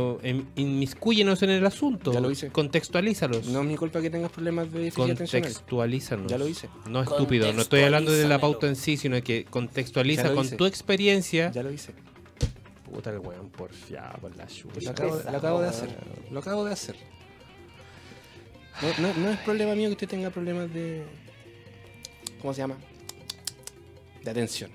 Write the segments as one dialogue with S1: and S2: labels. S1: em- inmiscúyenos en el asunto.
S2: Ya lo hice.
S1: Contextualízalos.
S2: No es mi culpa que tengas problemas de déficit atencional.
S1: contextualízanos.
S2: Ya lo hice.
S1: No estúpido, no estoy hablando de la pauta en sí, sino que
S2: Ya
S1: contextualiza
S2: lo
S1: con
S2: hice.
S1: tu experiencia.
S2: Ya lo hice.
S1: Puta el weón, por fiado, por la
S2: Lo
S1: chucha.
S2: acabo, lo acabo de hacer. Lo acabo de hacer. No, no- no es problema mío que usted tenga problemas de. ¿Cómo se llama? De atención.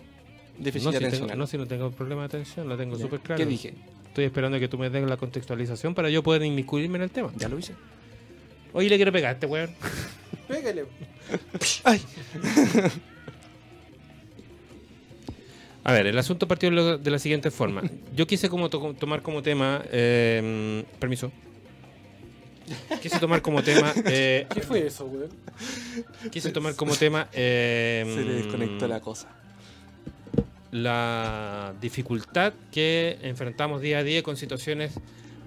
S2: Déficit
S1: No si, tengo,
S2: atencional.
S1: no, si no tengo problema de atención, lo tengo
S2: Ya.
S1: súper claro.
S2: ¿Qué dije?
S1: Estoy esperando que tú me des la contextualización para yo poder inmiscuirme en el tema.
S2: Ya lo hice.
S1: Oye, le quiero pegar a este weón.
S2: Pégale.
S1: A ver, el asunto partió lo- de la siguiente forma. Yo quise como to- tomar como tema... eh, permiso. Quise tomar como tema... eh,
S3: ¿Qué fue eso, weón?
S1: quise tomar como tema... eh,
S2: Se le desconectó la cosa.
S1: la dificultad que enfrentamos día a día con situaciones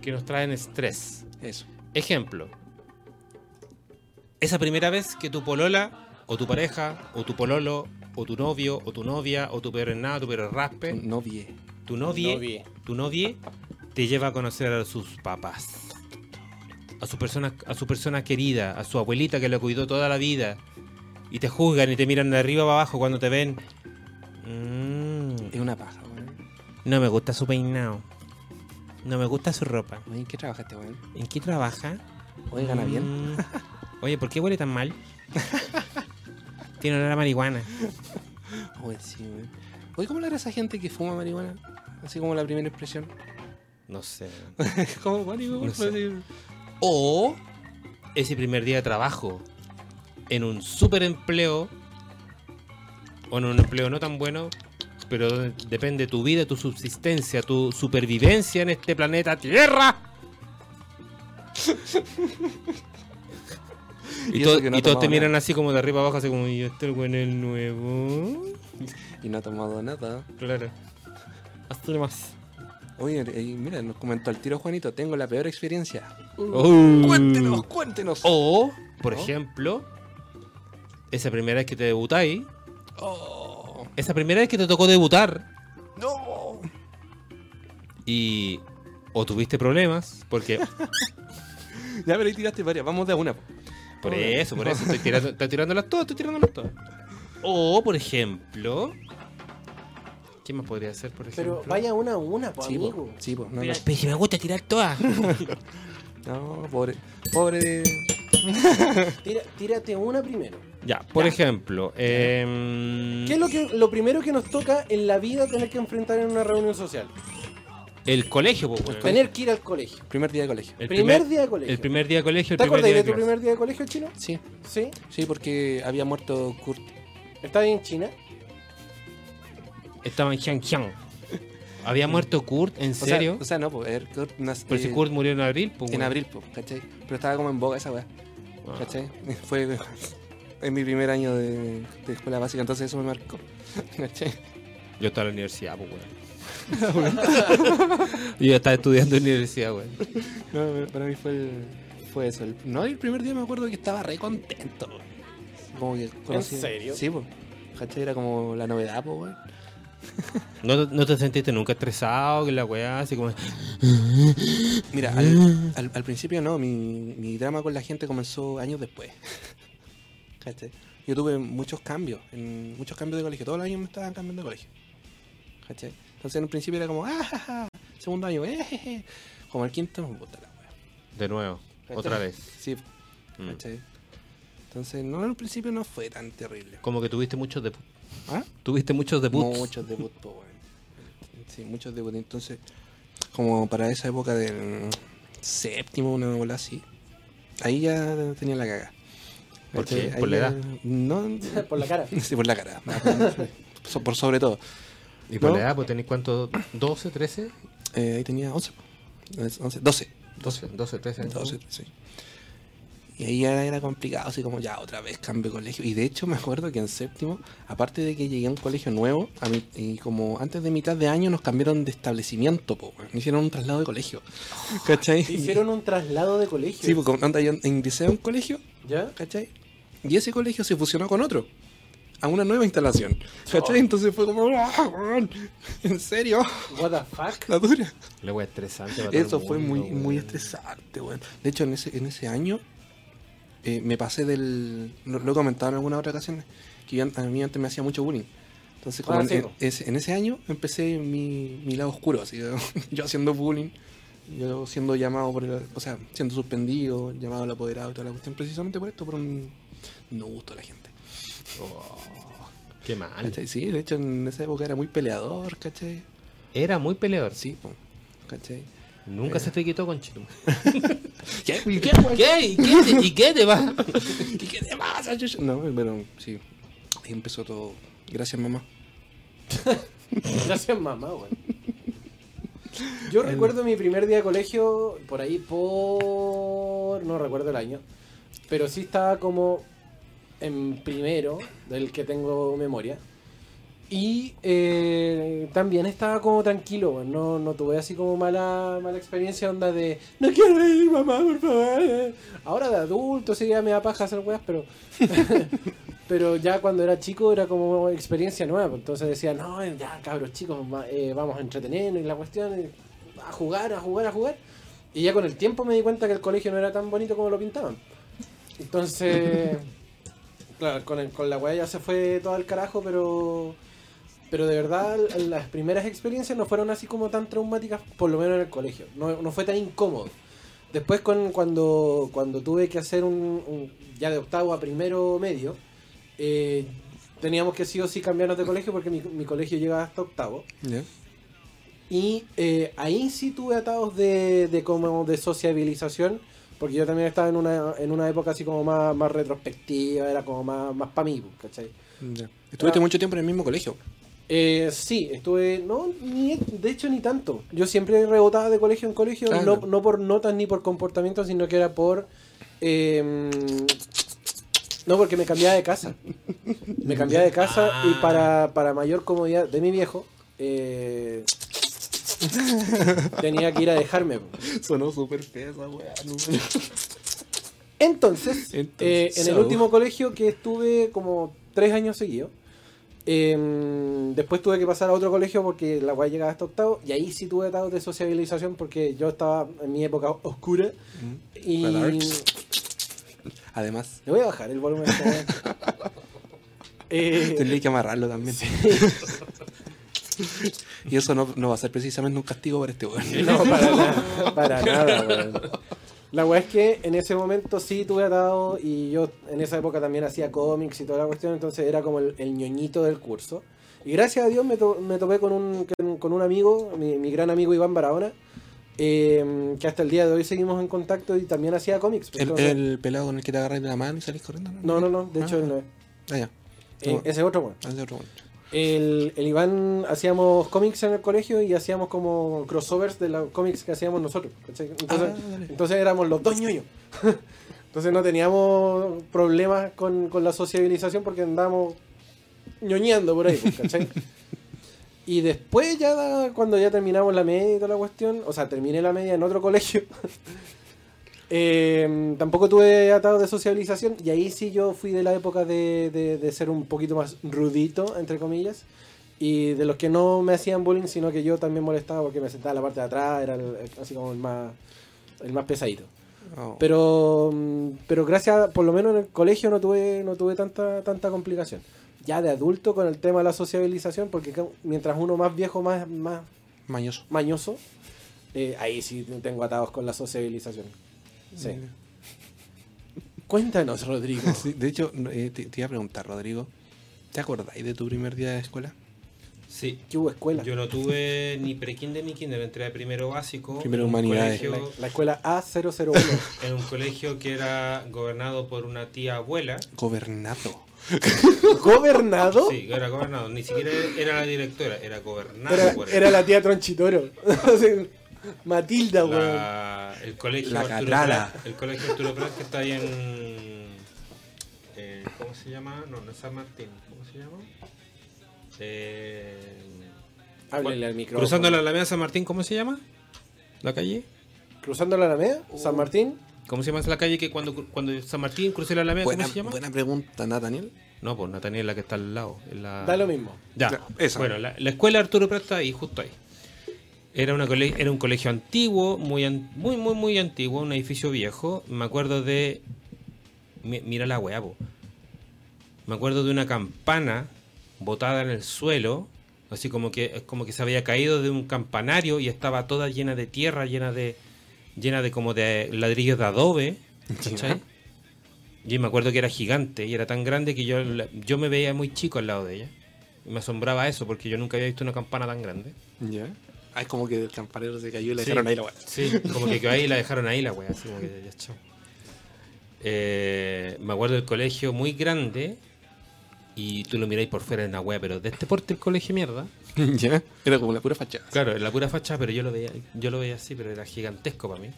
S1: que nos traen estrés.
S2: Eso.
S1: Ejemplo. Esa primera vez que tu polola, o tu pareja, o tu pololo, o tu novio, o tu novia, o tu peor en nada, tu peor en raspe,
S2: No vi.
S1: tu novie, tu novie, te lleva a conocer a sus papás. A su persona, a su persona querida, a su abuelita que lo cuidó toda la vida. Y te juzgan y te miran de arriba para abajo cuando te ven. Mm.
S2: Es una paja, weón.
S1: No me gusta su peinado. No me gusta su ropa.
S2: Oye, ¿En qué trabajaste, weón?
S1: ¿En qué trabaja?
S2: Oye, gana bien.
S1: Mm. Oye, ¿por qué huele tan mal? Tiene olor a marihuana.
S2: Oye, sí, weón. Oye, ¿cómo le hará esa gente que fuma marihuana? Así como la primera expresión.
S1: No sé.
S2: ¿Cómo, cuál, digo,
S1: No
S2: por
S1: sé.
S2: decir?
S1: O ese primer día de trabajo en un super empleo o en un empleo no tan bueno, pero donde depende tu vida, tu subsistencia, tu supervivencia en este planeta Tierra. y
S2: Y
S1: to-
S2: eso que no
S1: y
S2: ha
S1: todos te
S2: tomado
S1: miran
S2: nada.
S1: así como de arriba abajo, así como, ¿y este el bueno el nuevo?
S2: Y no ha tomado nada.
S1: Claro. Hasta más.
S2: Oye, eh, mira, nos comentó al tiro Juanito, tengo la peor experiencia.
S1: Oh.
S2: Uh, Cuéntenos, cuéntenos.
S1: O, por
S2: ¿No?
S1: ejemplo, esa primera vez que te debutáis,
S2: Oh,
S1: esa primera vez que te tocó debutar,
S2: no.
S1: y o tuviste problemas, porque
S2: Ya, pero ahí tiraste varias, vamos de a una. po.
S1: por
S2: Oh.
S1: eso, por eso estoy tirando, estoy tirándolas todas, estoy tirándolas todas. O, por ejemplo, ¿qué más podría hacer, por ejemplo?
S3: Pero vaya una a una, pues,
S2: Sí,
S3: amigo.
S2: po, sí, po, no,
S1: Pero si me gusta tirar todas.
S2: no, no, pobre, pobre de...
S3: Tira- tírate una primero.
S1: ya, por
S3: Ya.
S1: ejemplo, em,
S3: ¿Qué es lo, que, lo primero que nos toca en la vida tener que enfrentar en una reunión social?
S1: el colegio, pues, weón.
S3: Tener que ir al colegio.
S2: Primer día de colegio.
S1: El
S3: primer día de colegio.
S1: El primer día de colegio, el
S3: ¿Te
S1: primer
S3: acordás
S1: día de
S3: de tu
S1: clase.
S3: primer día de colegio chino?
S2: Sí,
S3: Sí.
S2: sí, porque había muerto Kurt.
S3: ¿Estás en China?
S1: Estaba en Xiangxiang. ¿Había muerto Kurt? ¿En
S2: O sea,
S1: serio?
S2: O sea, no, pues, er, Kurt nació
S1: Pero si Kurt murió Eh, en abril, pues.
S2: en
S1: weón.
S2: abril, po, ¿cachai? Pero estaba como en boga esa weá,
S1: Ah.
S2: ¿cachai? Fue en mi primer año de, de escuela básica, entonces eso me marcó. ¿Cachai?
S1: Yo estaba en la universidad, pues, weón. Yo estaba estudiando en la universidad, weón.
S2: No, pero para mí fue, el- fue eso. El, no, el primer día me acuerdo que estaba re contento. güey. Como que conocí-
S3: serio?
S2: Sí, pues. ¿Cachai? Era como la novedad, pues, güey.
S1: ¿No, no te sentiste nunca estresado, que la weá, así como.
S2: Mira, al, al- al principio no, mi, mi drama con la gente comenzó años después. ¿Cachai? Yo tuve muchos cambios, en, muchos cambios de colegio. Todos los años me estaban cambiando de colegio. ¿Cachai? Entonces en un principio era como, ah, ja, ja". segundo año, eh, je, je. Como el quinto, me gusta la wea.
S1: De nuevo, otra vez.
S2: Sí,
S1: Mm.
S2: ¿cachai? Entonces, no, al principio no fue tan terrible.
S1: Como que tuviste muchos debuts.
S2: ¿Ah?
S1: Tuviste muchos debuts.
S2: Muchos debuts, po, weón. Sí, muchos debuts. Entonces, como para esa época del séptimo, una bola así, ahí ya tenía la caga.
S1: ¿Por
S2: ¿Cachai?
S1: qué?
S2: Ahí
S1: ¿Por la
S2: ya-
S1: edad?
S2: No,
S3: Por la cara.
S2: sí, por la cara. So- por sobre todo.
S1: ¿Y por
S2: ¿No?
S1: la edad? Pues tenés cuánto? ¿12, 13?
S2: Eh, ahí tenía 11, po. 11, 12.
S1: 12, 12, 13.
S2: 12, sí. Y ahí ya era complicado, así como ya otra vez cambio de colegio. Y de hecho me acuerdo que en séptimo, aparte de que llegué a un colegio nuevo, a mí- y como antes de mitad de año nos cambiaron de establecimiento, po, weón. me hicieron un traslado de colegio. ¿Cachai?
S3: Oh, Te hicieron un traslado de colegio.
S2: Sí, porque onda, yo ingresé a un colegio,
S3: ¿Ya?
S2: ¿cachai? Y ese colegio se fusionó con otro. a una nueva instalación. ¿Cachai?
S3: Oh.
S2: Entonces fue como, "Ah, weón, ¿en serio?
S3: What the fuck?
S2: La dura.
S1: La wea estresante. para todo el
S2: Eso fue
S1: mundo,
S2: muy,
S1: weón.
S2: muy estresante, weón. De hecho, en ese, en ese año eh, me pasé del. Lo, lo he comentado en alguna otra ocasión, que yo an- a mí antes me hacía mucho bullying. Entonces, como
S3: Ah,
S2: en,
S3: sí,
S2: en-
S3: po.
S2: ese, en ese año empecé mi, mi lado oscuro, así yo haciendo bullying, yo siendo llamado por el. O sea, siendo suspendido, llamado al apoderado y toda la cuestión, precisamente por esto, por un. No gusto a la gente.
S1: Oh, qué mal.
S2: ¿Cachai? Sí, de hecho, en esa época era muy peleador, ¿cachai?
S1: Era muy peleador.
S2: Sí, po, ¿cachai?
S1: Nunca se te quitó con Chile.
S2: ¿Qué?
S1: ¿Y Eh. qué, qué, ¿Y qué te- ¿Y qué te va?
S2: ¿Y qué te pasa, chucha? No, pero sí. Ahí empezó todo. Gracias, mamá.
S3: Gracias, mamá, weón. Yo recuerdo mi primer día de colegio por ahí por. No recuerdo el año. Pero sí estaba como en primero, del que tengo memoria. Y eh, también estaba como tranquilo, weón. no, no tuve así como mala, mala experiencia, onda de no quiero ir, mamá, por favor. Ahora de adulto sí ya me da paja hacer weas, pero Pero ya cuando era chico era como experiencia nueva, pues, entonces decía, no, ya cabros chicos, va- eh, vamos a entretenernos y la cuestión, eh, a jugar, a jugar, a jugar. Y ya con el tiempo me di cuenta que el colegio no era tan bonito como lo pintaban. Entonces, claro, con, el- con la weá ya se fue todo al carajo, pero pero de verdad las primeras experiencias no fueron así como tan traumáticas, por lo menos en el colegio. No, no fue tan incómodo. Después con, cuando, cuando tuve que hacer un, un- ya de octavo a primero medio, eh, teníamos que sí o sí cambiarnos de colegio porque mi, mi colegio llegaba hasta octavo.
S2: ¿Ya?
S3: Y eh, ahí sí tuve atados de, de como de sociabilización, porque yo también estaba en una, en una época así como más, más retrospectiva, era como más, más para mí, pues, ¿cachai?
S2: Ya. Estuviste
S3: Ah.
S2: mucho tiempo en el mismo colegio.
S3: Eh, sí, estuve, no, ni, de hecho ni tanto. Yo siempre rebotaba de colegio en colegio,
S2: Ah,
S3: no,
S2: no.
S3: no por notas ni por comportamiento, sino que era por... eh, no, porque me cambiaba de casa. Me cambiaba de casa y para, para mayor comodidad de mi viejo, eh, tenía que ir a dejarme. po.
S2: Sonó súper fea esa weá.
S3: Entonces,
S2: Entonces,
S3: eh, en el
S2: so-
S3: último colegio que estuve como tres años seguidos, em, después tuve que pasar a otro colegio porque la guay llegaba hasta octavo, y ahí sí tuve atados de sociabilización porque yo estaba en mi época oscura.
S2: Mm.
S3: Y
S2: Relax. Además,
S3: le voy a bajar el volumen. a esta weá. Eh,
S2: tendría que amarrarlo también. y eso no, no va a ser precisamente un castigo para este weón.
S3: No, para nada. Para nada, weón. La weá es que en ese momento sí tuve atado y yo en esa época también hacía cómics y toda la cuestión, entonces era como el, el ñoñito del curso. Y gracias a Dios me, to- me topé con un, con- con un amigo, mi, mi gran amigo Iván Barahona, eh, que hasta el día de hoy seguimos en contacto y también hacía cómics. pues,
S2: El,
S3: entonces-
S2: el pelado con el que te agarras de la mano y salís corriendo.
S3: No, no, no, de hecho
S2: Ah.
S3: él no es.
S2: Ah, ya.
S3: Eh,
S2: No.
S3: ese es otro weón.
S2: Hazle otro weón.
S3: El, el Iván hacíamos cómics en el colegio y hacíamos como crossovers de los cómics que hacíamos nosotros. ¿cachai? Entonces,
S2: Ah, dale.
S3: entonces éramos los dos ñoños. entonces no teníamos problemas con, con la sociabilización porque andábamos ñoñando por ahí, pues, ¿cachai? Y después ya cuando ya terminamos la media y toda la cuestión, o sea, terminé la media en otro colegio, eh, tampoco tuve atado de socialización y ahí sí yo fui de la época de, de- de ser un poquito más rudito, entre comillas, y de los que no me hacían bullying, sino que yo también molestaba porque me sentaba en la parte de atrás, era el- así como el más, el más pesadito.
S2: Oh.
S3: Pero, mm, pero gracias, a- por lo menos en el colegio no tuve, no tuve tanta, tanta complicación. Ya de adulto con el tema de la sociabilización, porque ca- mientras uno más viejo, más, más
S2: Mañoso.
S3: mañoso, eh, ahí sí tengo atados con la sociabilización. Sí. Cuéntanos, Rodrigo.
S2: Sí, de hecho, no, eh, te, te iba a preguntar, Rodrigo. ¿Te acordáis de tu primer día de escuela?
S1: Sí.
S3: ¿Qué hubo escuela?
S1: Yo no tuve ni pre-kinder ni kinder, entré a primero básico.
S2: Primero
S1: en un
S2: humanidades.
S3: la,
S1: colegio-
S3: la escuela A001.
S1: en un colegio que era gobernado por una tía abuela.
S2: Gobernado.
S3: ¿Gobernado?
S1: Sí, era gobernado. Ni siquiera era la directora, era gobernado
S3: Era,
S1: por
S3: era la tía Tronchitoro. Así, Matilda, weón.
S1: la- el colegio
S2: La
S1: Arturo
S2: Catrala.
S1: Prat- el colegio Arturo Prat que está ahí en eh, ¿cómo se llama? No, no es San Martín, ¿cómo se llama? Eh,
S3: Háblele al micrófono.
S1: cruzando la Alameda San Martín, ¿cómo se llama? La calle.
S3: Cruzando la Alameda, San Martín.
S1: ¿Cómo se llama esa la calle que cuando, cuando San Martín crucé la Alameda?
S2: Buena,
S1: ¿Cómo se llama?
S2: buena pregunta, Nathaniel.
S1: No, pues Nathaniel es la que está al lado. es la-
S3: Da lo mismo.
S1: Ya.
S2: Ya, esa.
S1: Bueno, la, la escuela Arturo Prat está ahí, justo ahí. Era, una cole- era un colegio antiguo, muy, an- muy, muy, muy antiguo, un edificio viejo. Me acuerdo de. mi- Mira la weá, po. Me acuerdo de una campana botada en el suelo, así como que, como que se había caído de un campanario y estaba toda llena de tierra, llena de. llena de como de ladrillos de adobe. ¿Cachai? Yo me acuerdo que era gigante y era tan grande que yo, la- yo me veía muy chico al lado de ella. Y me asombraba eso porque yo nunca había visto una campana tan grande.
S2: Ya. Ah, es como que el campanero se cayó y le
S1: Sí.
S2: dejaron ahí la weá.
S1: Sí, como que quedó ahí y la dejaron ahí la wea, así como que ya chao. Eh, me acuerdo del colegio muy grande y tú lo miráis por fuera en la wea, pero de este porte el colegio mierda.
S2: ya. Era como la pura fachada.
S1: Claro, en la pura fachada, pero yo lo veía, yo lo veía así, pero era gigantesco para mí.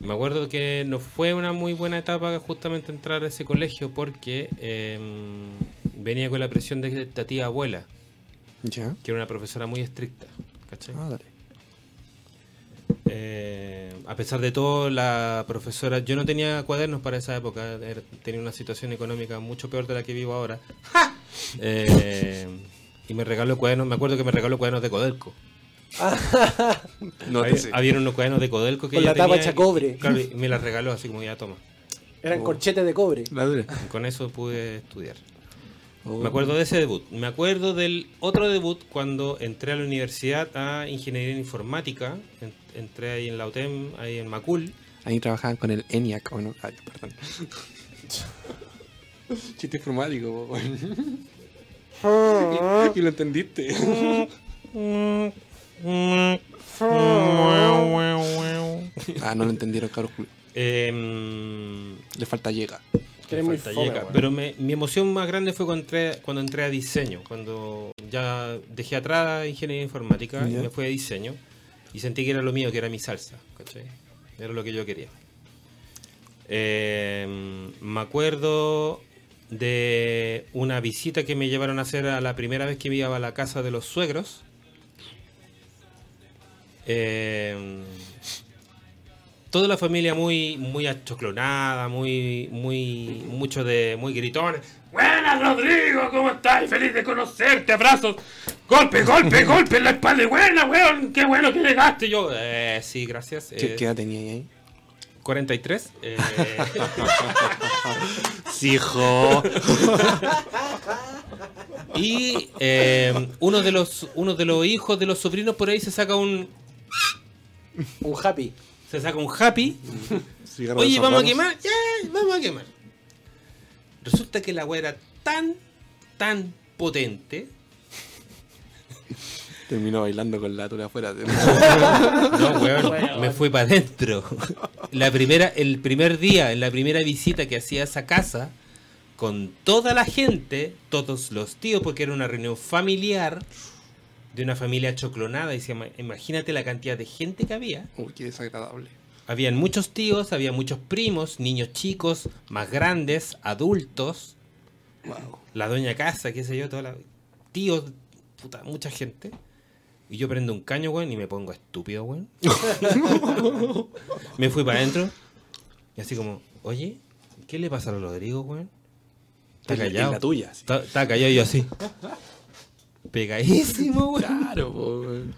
S1: Me acuerdo que no fue una muy buena etapa justamente entrar a ese colegio porque eh, venía con la presión de esta tía abuela,
S2: Ya.
S1: que era una profesora muy estricta. ¿cachai?
S2: Ah, dale.
S1: Eh, a pesar de todo, la profesora, yo no tenía cuadernos para esa época, era- tenía una situación económica mucho peor de la que vivo ahora. Eh, y me regaló cuadernos, me acuerdo que me regaló cuadernos de Codelco.
S2: No
S1: había,
S2: te sé.
S1: había unos cuadernos de Codelco que
S3: Con
S1: ella
S3: la tapa
S1: tenía
S3: hecha
S1: y-
S3: cobre.
S1: claro, y me las regaló así como ya toma.
S3: Eran
S1: Uh.
S3: corchetes de cobre.
S2: La dura.
S1: Y con eso pude estudiar.
S2: Oh.
S1: Me acuerdo de ese debut. Me acuerdo del otro debut cuando entré a la universidad a ingeniería en informática. En- entré ahí en la UTEM, ahí en Macul.
S2: Ahí trabajaban con el ENIAC, ¿o no? Ay, perdón. Chiste informático, po, y, y lo entendiste. ah, no lo entendieron, cabrón. culo.
S1: Em,
S2: Le falta llega.
S3: Que eres muy
S1: falta
S3: fome,
S1: yeca,
S3: weón.
S1: pero me- mi emoción más grande fue cuando entré, cuando entré a diseño, cuando ya dejé atrás ingeniería informática
S2: Ya.
S1: y me fui a diseño y sentí que era lo mío, que era mi salsa, ¿cachai? Era lo que yo quería. Eh, me acuerdo de una visita que me llevaron a hacer a la primera vez que me iba a la casa de los suegros. Eh, toda la familia muy muy achoclonada, muy muy mucho de muy gritones. Buenas Rodrigo, ¿cómo estás? Feliz de conocerte, abrazos. Golpe, golpe, golpe en la espalda. Buena, weón, qué bueno que llegaste. Y Yo, eh, sí, gracias.
S2: ¿Qué,
S1: eh,
S2: qué edad tenía ahí?
S1: 43. eh,
S2: Sí, hijo.
S1: y eh, uno de los uno de los hijos de los sobrinos por ahí se saca un
S3: Un happy.
S1: se saca un happy. Oye, vamos a quemar, ya, vamos a quemar. Resulta que la weá era tan, tan potente.
S2: Terminó bailando con la tula afuera.
S1: No, weón, me fui para adentro. La primera, el primer día, en la primera visita que hacía a esa casa, con toda la gente, todos los tíos, porque era una reunión familiar de una familia choclonada, y se llama- imagínate la cantidad de gente que había.
S2: Uy, qué desagradable.
S1: Habían muchos tíos, había muchos primos, niños chicos, más grandes, adultos.
S2: Wow.
S1: la doña casa, qué sé yo, toda la... tíos, puta, mucha gente. Y yo prendo un caño, weón, y me pongo estúpido, weón. me fui para adentro. Y así como, oye, ¿qué le pasa a Rodrigo, weón? Está
S2: En la- en
S1: callado.
S2: la tuya, sí.
S1: Está, está callado y yo así. Pegadísimo, weón.
S2: Claro, po, weón.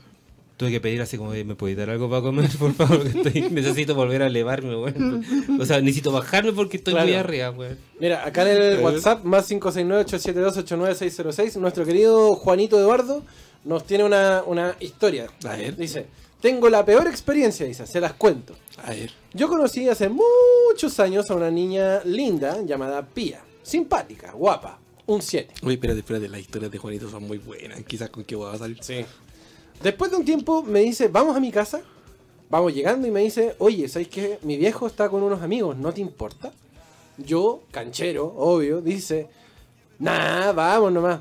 S1: Tuve que pedir así como, "Oye, ¿me podéis dar algo para comer, por favor? Que estoy- necesito volver a elevarme, weón. O sea, necesito bajarme porque estoy muy
S3: Claro.
S1: arriba, weón.
S3: Mira, acá en el
S2: Eh.
S3: WhatsApp, más 569-872-89606, nuestro querido Juanito Eduardo nos tiene una, una historia.
S2: A ver.
S3: Dice, tengo la peor experiencia, dice, se las cuento.
S2: A ver.
S3: Yo conocí hace muchos años a una niña linda llamada Pía. Simpática, guapa, un 7.
S2: Uy, espérate, espérate. Las historias de Juanito son muy buenas. Quizás con qué va a salir.
S3: Sí. Después de un tiempo me dice, vamos a mi casa. Vamos llegando y me dice, oye, ¿sabes qué? Mi viejo está con unos amigos, ¿no te importa? Yo, canchero, obvio, dice, nah, vamos nomás.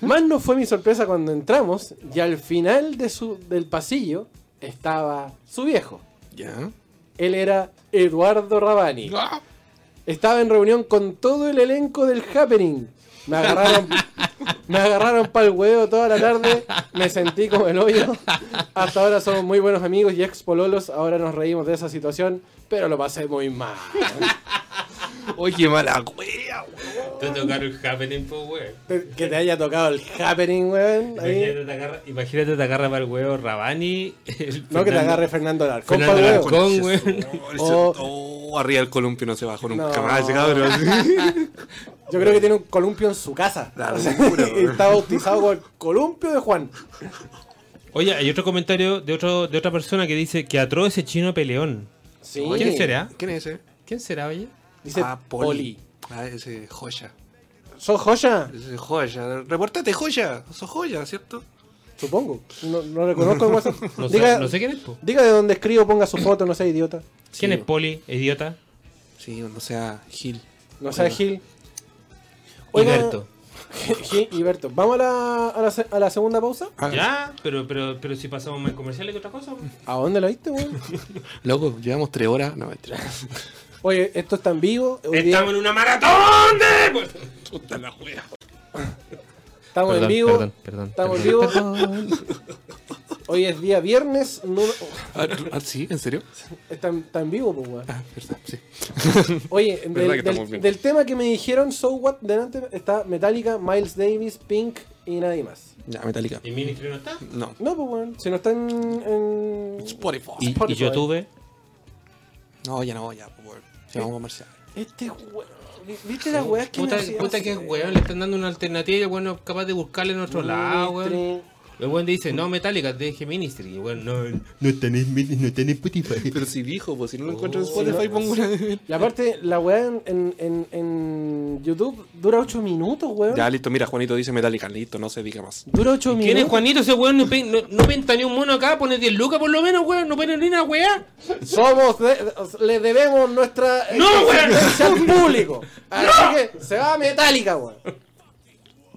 S3: Más no fue mi sorpresa cuando entramos y al final de su, del pasillo estaba su viejo.
S2: Ya.
S3: Él era Eduardo Rabani. Estaba en reunión con todo el elenco del Happening. Me agarraron, Me agarraron pa'l huevo toda la tarde, me sentí como el hoyo. Hasta ahora somos muy buenos amigos y ex pololos, ahora nos reímos de esa situación, pero lo pasé muy mal.
S2: Oye, qué mala wea,
S1: Te tocaron el happening, po, weón.
S3: Que te haya tocado el happening, weón. ahí.
S1: Imagínate te agarra- Imagínate te agarra para el huevo Rabani. el
S3: No que te
S1: Fernando-
S3: agarre Fernando Alarcón
S1: Fernando
S3: pa'l huevo.
S1: Alarcón. Con, weón.
S2: Oh, oh, arriba del columpio no se bajó nunca
S3: No.
S2: más ese cabrón.
S3: Yo creo que tiene un columpio en su casa.
S2: La locura,
S3: y está bautizado con el columpio de Juan.
S1: Oye, hay otro comentario de, otro, de otra persona que dice que atroz ese chino peleón.
S3: Sí.
S1: ¿Quién será?
S2: ¿Quién es ese?
S1: ¿Quién será, oye?
S3: Dice
S2: ah,
S3: Poli.
S2: Poli. Ah, ese joya.
S3: ¿Sos joya?
S2: Ese joya. Reportate joya. Sos joya, ¿cierto?
S3: Supongo. No, no le conozco el WhatsApp.
S1: No, sé-
S3: diga,
S1: no sé quién es, po.
S3: diga de dónde escribo, ponga su foto, no sea idiota.
S1: ¿Quién es Poli, idiota?
S2: Sí, no sea Gil.
S3: No sea Gil. Oiga,
S1: Alberto.
S3: Gil y Berto. ¿Vamos a la, a la se- a la segunda pausa?
S2: Ah,
S1: Ya, pero, pero, pero si pasamos más comerciales que otra cosa. po.
S3: ¿A dónde la viste, weón?
S2: Loco, llevamos tres horas. No, mentira.
S3: Oye, esto está en vivo. Hoy día
S1: Estamos en una maratón de.
S2: Puta la wea.
S3: estamos en
S1: Perdón,
S3: vivo.
S1: perdón, perdón,
S3: estamos en vivo.
S1: perdón.
S3: Hoy es día viernes. no-
S2: Ah, ah, sí, ¿en serio?
S3: está, está en vivo, pues, weón.
S2: Ah, verdad, sí.
S3: Oye,
S2: Verdad que
S3: del,
S2: estamos
S3: del-
S2: bien.
S3: del tema que me dijeron, So What, delante está Metallica, Miles Davis, Pink y nadie más.
S2: Ya, Metallica.
S1: ¿Y Ministry no está?
S2: No.
S3: No, pues bueno, si no está en. en-
S2: Spotify.
S1: ¿Y, y
S3: Spotify.
S1: yo tuve?
S2: No, ya no, ya, por favor. Ya vamos a comercial.
S3: Este weón. ¿Viste las weas que
S1: Puta,
S3: me hacía?
S1: puta que weón, le están dando una alternativa y el weón no es capaz de buscarle en otro
S3: Ah,
S1: lado, weón.
S3: Ministry.
S1: El weón dice, no, Metallica, te dije Ministry. Y el weón, no, no están en, no están en Spotify.
S2: Pero si dijo, pues si no lo encuentro en
S1: Oh.
S2: Spotify, pongo una.
S3: Y aparte, la wea en, en, en, en YouTube dura 8 minutos, weón.
S2: Ya, listo, mira, Juanito dice Metallica, listo, no se diga más.
S3: Dura 8 minutos.
S1: ¿Quién es Juanito? Ese weón no, pe- no, no pinta ni un mono acá, pone 10 lucas por lo menos, weón. No pone ni una weá.
S3: Somos. de- os- le debemos nuestra.
S1: ¡No, weón!
S3: existencia al público. Así que se va Metallica, weón.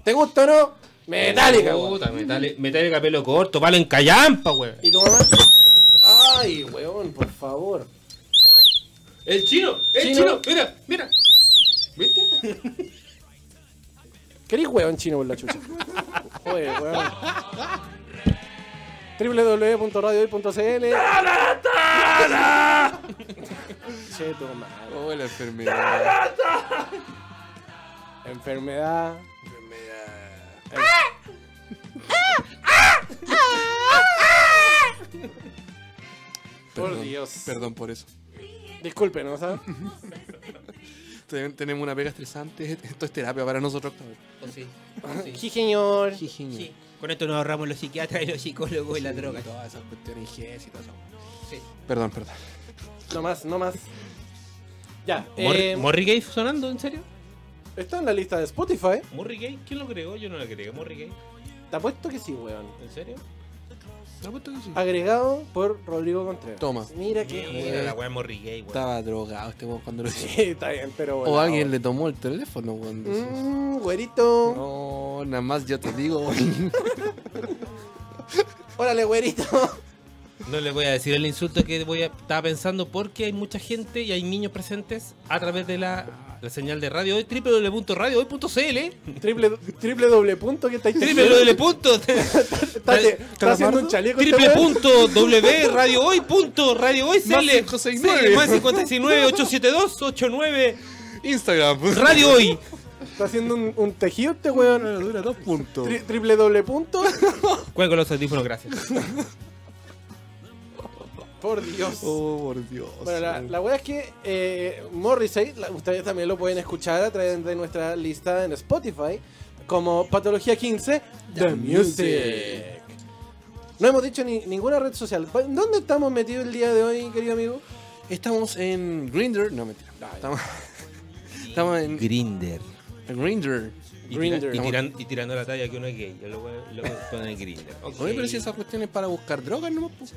S3: ¿Te gusta o no? Metallica, weón.
S1: Puta, Metallica, Metallica pelo corto, palo en callampa, weón.
S3: ¿Y tu mamá? Ay, weón, por favor.
S1: El chino, el chino,
S3: Chino.
S1: mira, mira. ¿Viste?
S3: ¿Querís weón chino por la chucha? Joder, weón. www.radiohoy.cl Che, tu madre.
S2: Oh, la enfermedad.
S3: Enfermedad. Por
S2: Perdón,
S3: Dios.
S2: Perdón por eso.
S3: Disculpen, ¿no sabes?
S2: Ten- Tenemos una pega estresante. Esto es terapia para nosotros. cabrón.
S1: Pues Ah,
S3: Sí, señor.
S1: Con esto nos ahorramos los psiquiatras y los psicólogos y la droga.
S2: Todas esas cuestiones ingenieras y todo eso. Perdón, perdón.
S3: No más, no más. Ya, eh,
S1: ¿Morri Gay sonando, en serio?
S3: está en la lista de Spotify.
S1: ¿Morri Gay? ¿Quién lo creó? Yo no lo creé. ¿Morri Gay?
S3: Te apuesto que sí, weón.
S1: ¿En serio?
S3: Agregado por Rodrigo Contreras.
S2: Toma.
S3: Mira qué
S1: Mira la weá Morri Gay, weón.
S2: Estaba drogado este weón cuando lo hizo.
S3: Sí, está bien, pero bueno.
S2: O alguien le tomó el teléfono, weón. de esos.
S3: Mmm, güerito.
S2: No, nada más yo te digo, weón.
S3: Órale, güerito.
S1: No les voy a decir el insulto que voy a, estaba pensando porque hay mucha gente y hay niños presentes a través de la, la señal de radio hoy, www.radiohoy.cl
S3: triple, triple doble punto que está ahí.
S1: www.
S3: Está, está haciendo un chaleco. este
S1: triple
S3: weón.
S1: punto w radio hoy punto radio hoy
S2: Más
S1: CL,
S2: 569.
S1: sí, más 569 872 89
S2: Instagram.
S1: radio hoy
S3: Está haciendo un, un tejido este weón.
S2: Dura dos puntos.
S3: Tri- triple doble punto.
S1: cuelgo los audífonos gracias
S3: Por Dios.
S2: Oh, por Dios.
S3: Bueno, la, la wea es que eh, Morrissey, la- ustedes también lo pueden escuchar a través de nuestra lista en Spotify, como Patología 15, The Music. No hemos dicho ni, ninguna red social. Pa- ¿Dónde estamos metidos el día de hoy, querido amigo?
S2: Estamos en Grinder. No, mentira. Estamos, estamos en,
S1: grinder
S2: en Grinder.
S1: y, tira-
S3: Grindr.
S1: y tiran- y tirando la talla que uno es gay yo lo voy a- lo voy a poner en grinder Ok.
S2: Oye, pero si esas cuestiones para buscar drogas, ¿no? Pues,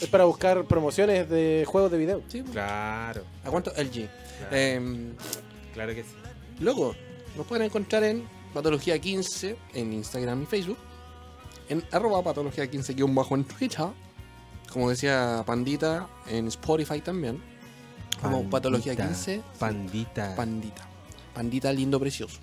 S3: Es para buscar promociones de juegos de video.
S2: Sí, pues.
S1: claro
S2: ¿A cuánto? LG. Eh,
S1: claro que sí
S2: Luego, nos pueden encontrar en Patología 15 en Instagram y Facebook. En arroba patología 15 guión bajo en Twitter. Como decía Pandita, en Spotify también. Como Patología 15.
S1: pandita
S2: Pandita. Pandita lindo precioso.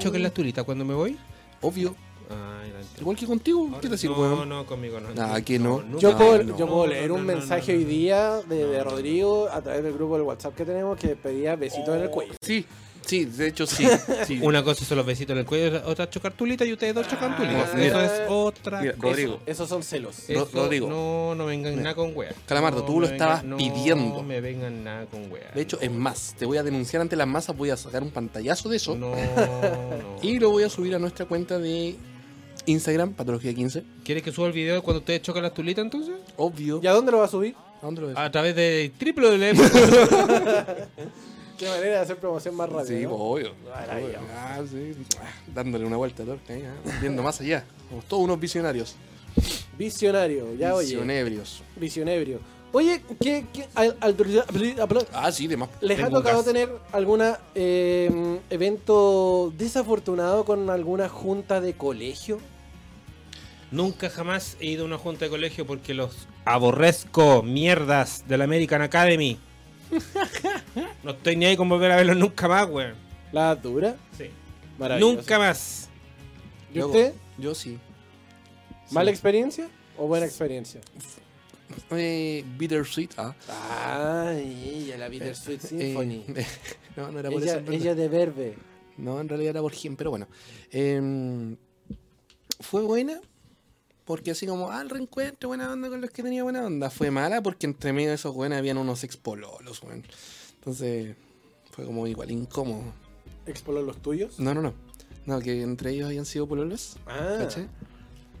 S1: ¿Choque en las turitas cuando me voy?
S2: Obvio.
S1: Ay, la entré.
S2: Igual que contigo.
S1: Ahora-
S2: ¿Qué te sirve,
S1: No,
S2: weón?
S1: no, conmigo no.
S2: Nah, aquí no.
S1: nunca.
S3: Yo,
S2: No,
S3: puedo,
S2: no.
S3: yo puedo leer
S1: No,
S3: un
S1: no, no,
S3: mensaje
S1: no,
S3: hoy
S1: no.
S3: día de, de
S1: No.
S3: Rodrigo a través del grupo del WhatsApp que tenemos que pedía besitos en el cuello.
S2: Sí, sí, de hecho sí. sí.
S1: Una cosa son los besitos en el cuello, otra chocar tulita y ustedes dos chocan tulitas.
S2: mira.
S1: Eso es otra
S2: Mira,
S1: cosa.
S2: Rodrigo.
S3: Esos son celos.
S1: Eso-
S2: Rodrigo.
S1: No, no vengan
S2: Mira.
S1: nada con wea.
S2: Calamardo,
S1: No
S2: tú
S1: me
S2: lo
S1: vengan-
S2: estabas pidiendo.
S1: No me vengan nada con wea.
S2: De hecho, es más, te voy a denunciar ante las masas, voy a sacar un pantallazo de eso
S1: No, no.
S2: y lo voy a subir a nuestra cuenta de Instagram, Patología15.
S1: ¿Quieres que suba el video cuando ustedes chocan las tulitas entonces?
S2: Obvio.
S3: ¿Y a dónde lo va a subir?
S2: ¿A dónde lo ves?
S1: A través de www.
S3: Qué manera de hacer promoción más rápida.
S2: sí,
S3: ¿no?
S2: pues, obvio.
S3: Maravilla.
S2: Ah, sí. Ah, Dándole una vuelta a torque, ahí, ah, viendo más allá. Somos todos unos visionarios.
S3: Visionario, ya oye.
S2: Visionebrios.
S3: Visionebrio. Oye, ¿qué, qué- al- al-
S2: Ah, sí, de más.
S3: ¿les ha
S2: Tengo
S3: tocado
S2: gas.
S3: tener algún evento desafortunado con alguna junta de colegio?
S1: Nunca jamás he ido a una junta de colegio porque los aborrezco, mierdas de la American Academy. No estoy ni ahí con volver a verlos nunca más, weón.
S3: ¿La dura?
S1: Sí.
S3: Maravilloso.
S1: Nunca más.
S3: ¿Y
S2: Yo-
S3: usted?
S2: Yo sí.
S3: ¿Mala experiencia o buena experiencia?
S2: Eh, bittersweet. Ah.
S3: Ay, ella, la Bittersweet Symphony.
S2: Eh, no, no era por eso.
S3: ella,
S2: en verdad.
S3: ella de verde.
S2: No, en realidad era Borgin, pero bueno. Em, fue buena porque así como, ah, el reencuentro, buena onda con los que tenía buena onda. Fue mala porque entre medio de esos buenos habían unos expololos, weón. Entonces, fue como igual incómodo.
S3: ¿Exploró los tuyos?
S2: No, no, no. No, que entre ellos habían sido pololos,
S3: Ah,
S2: ¿cachai?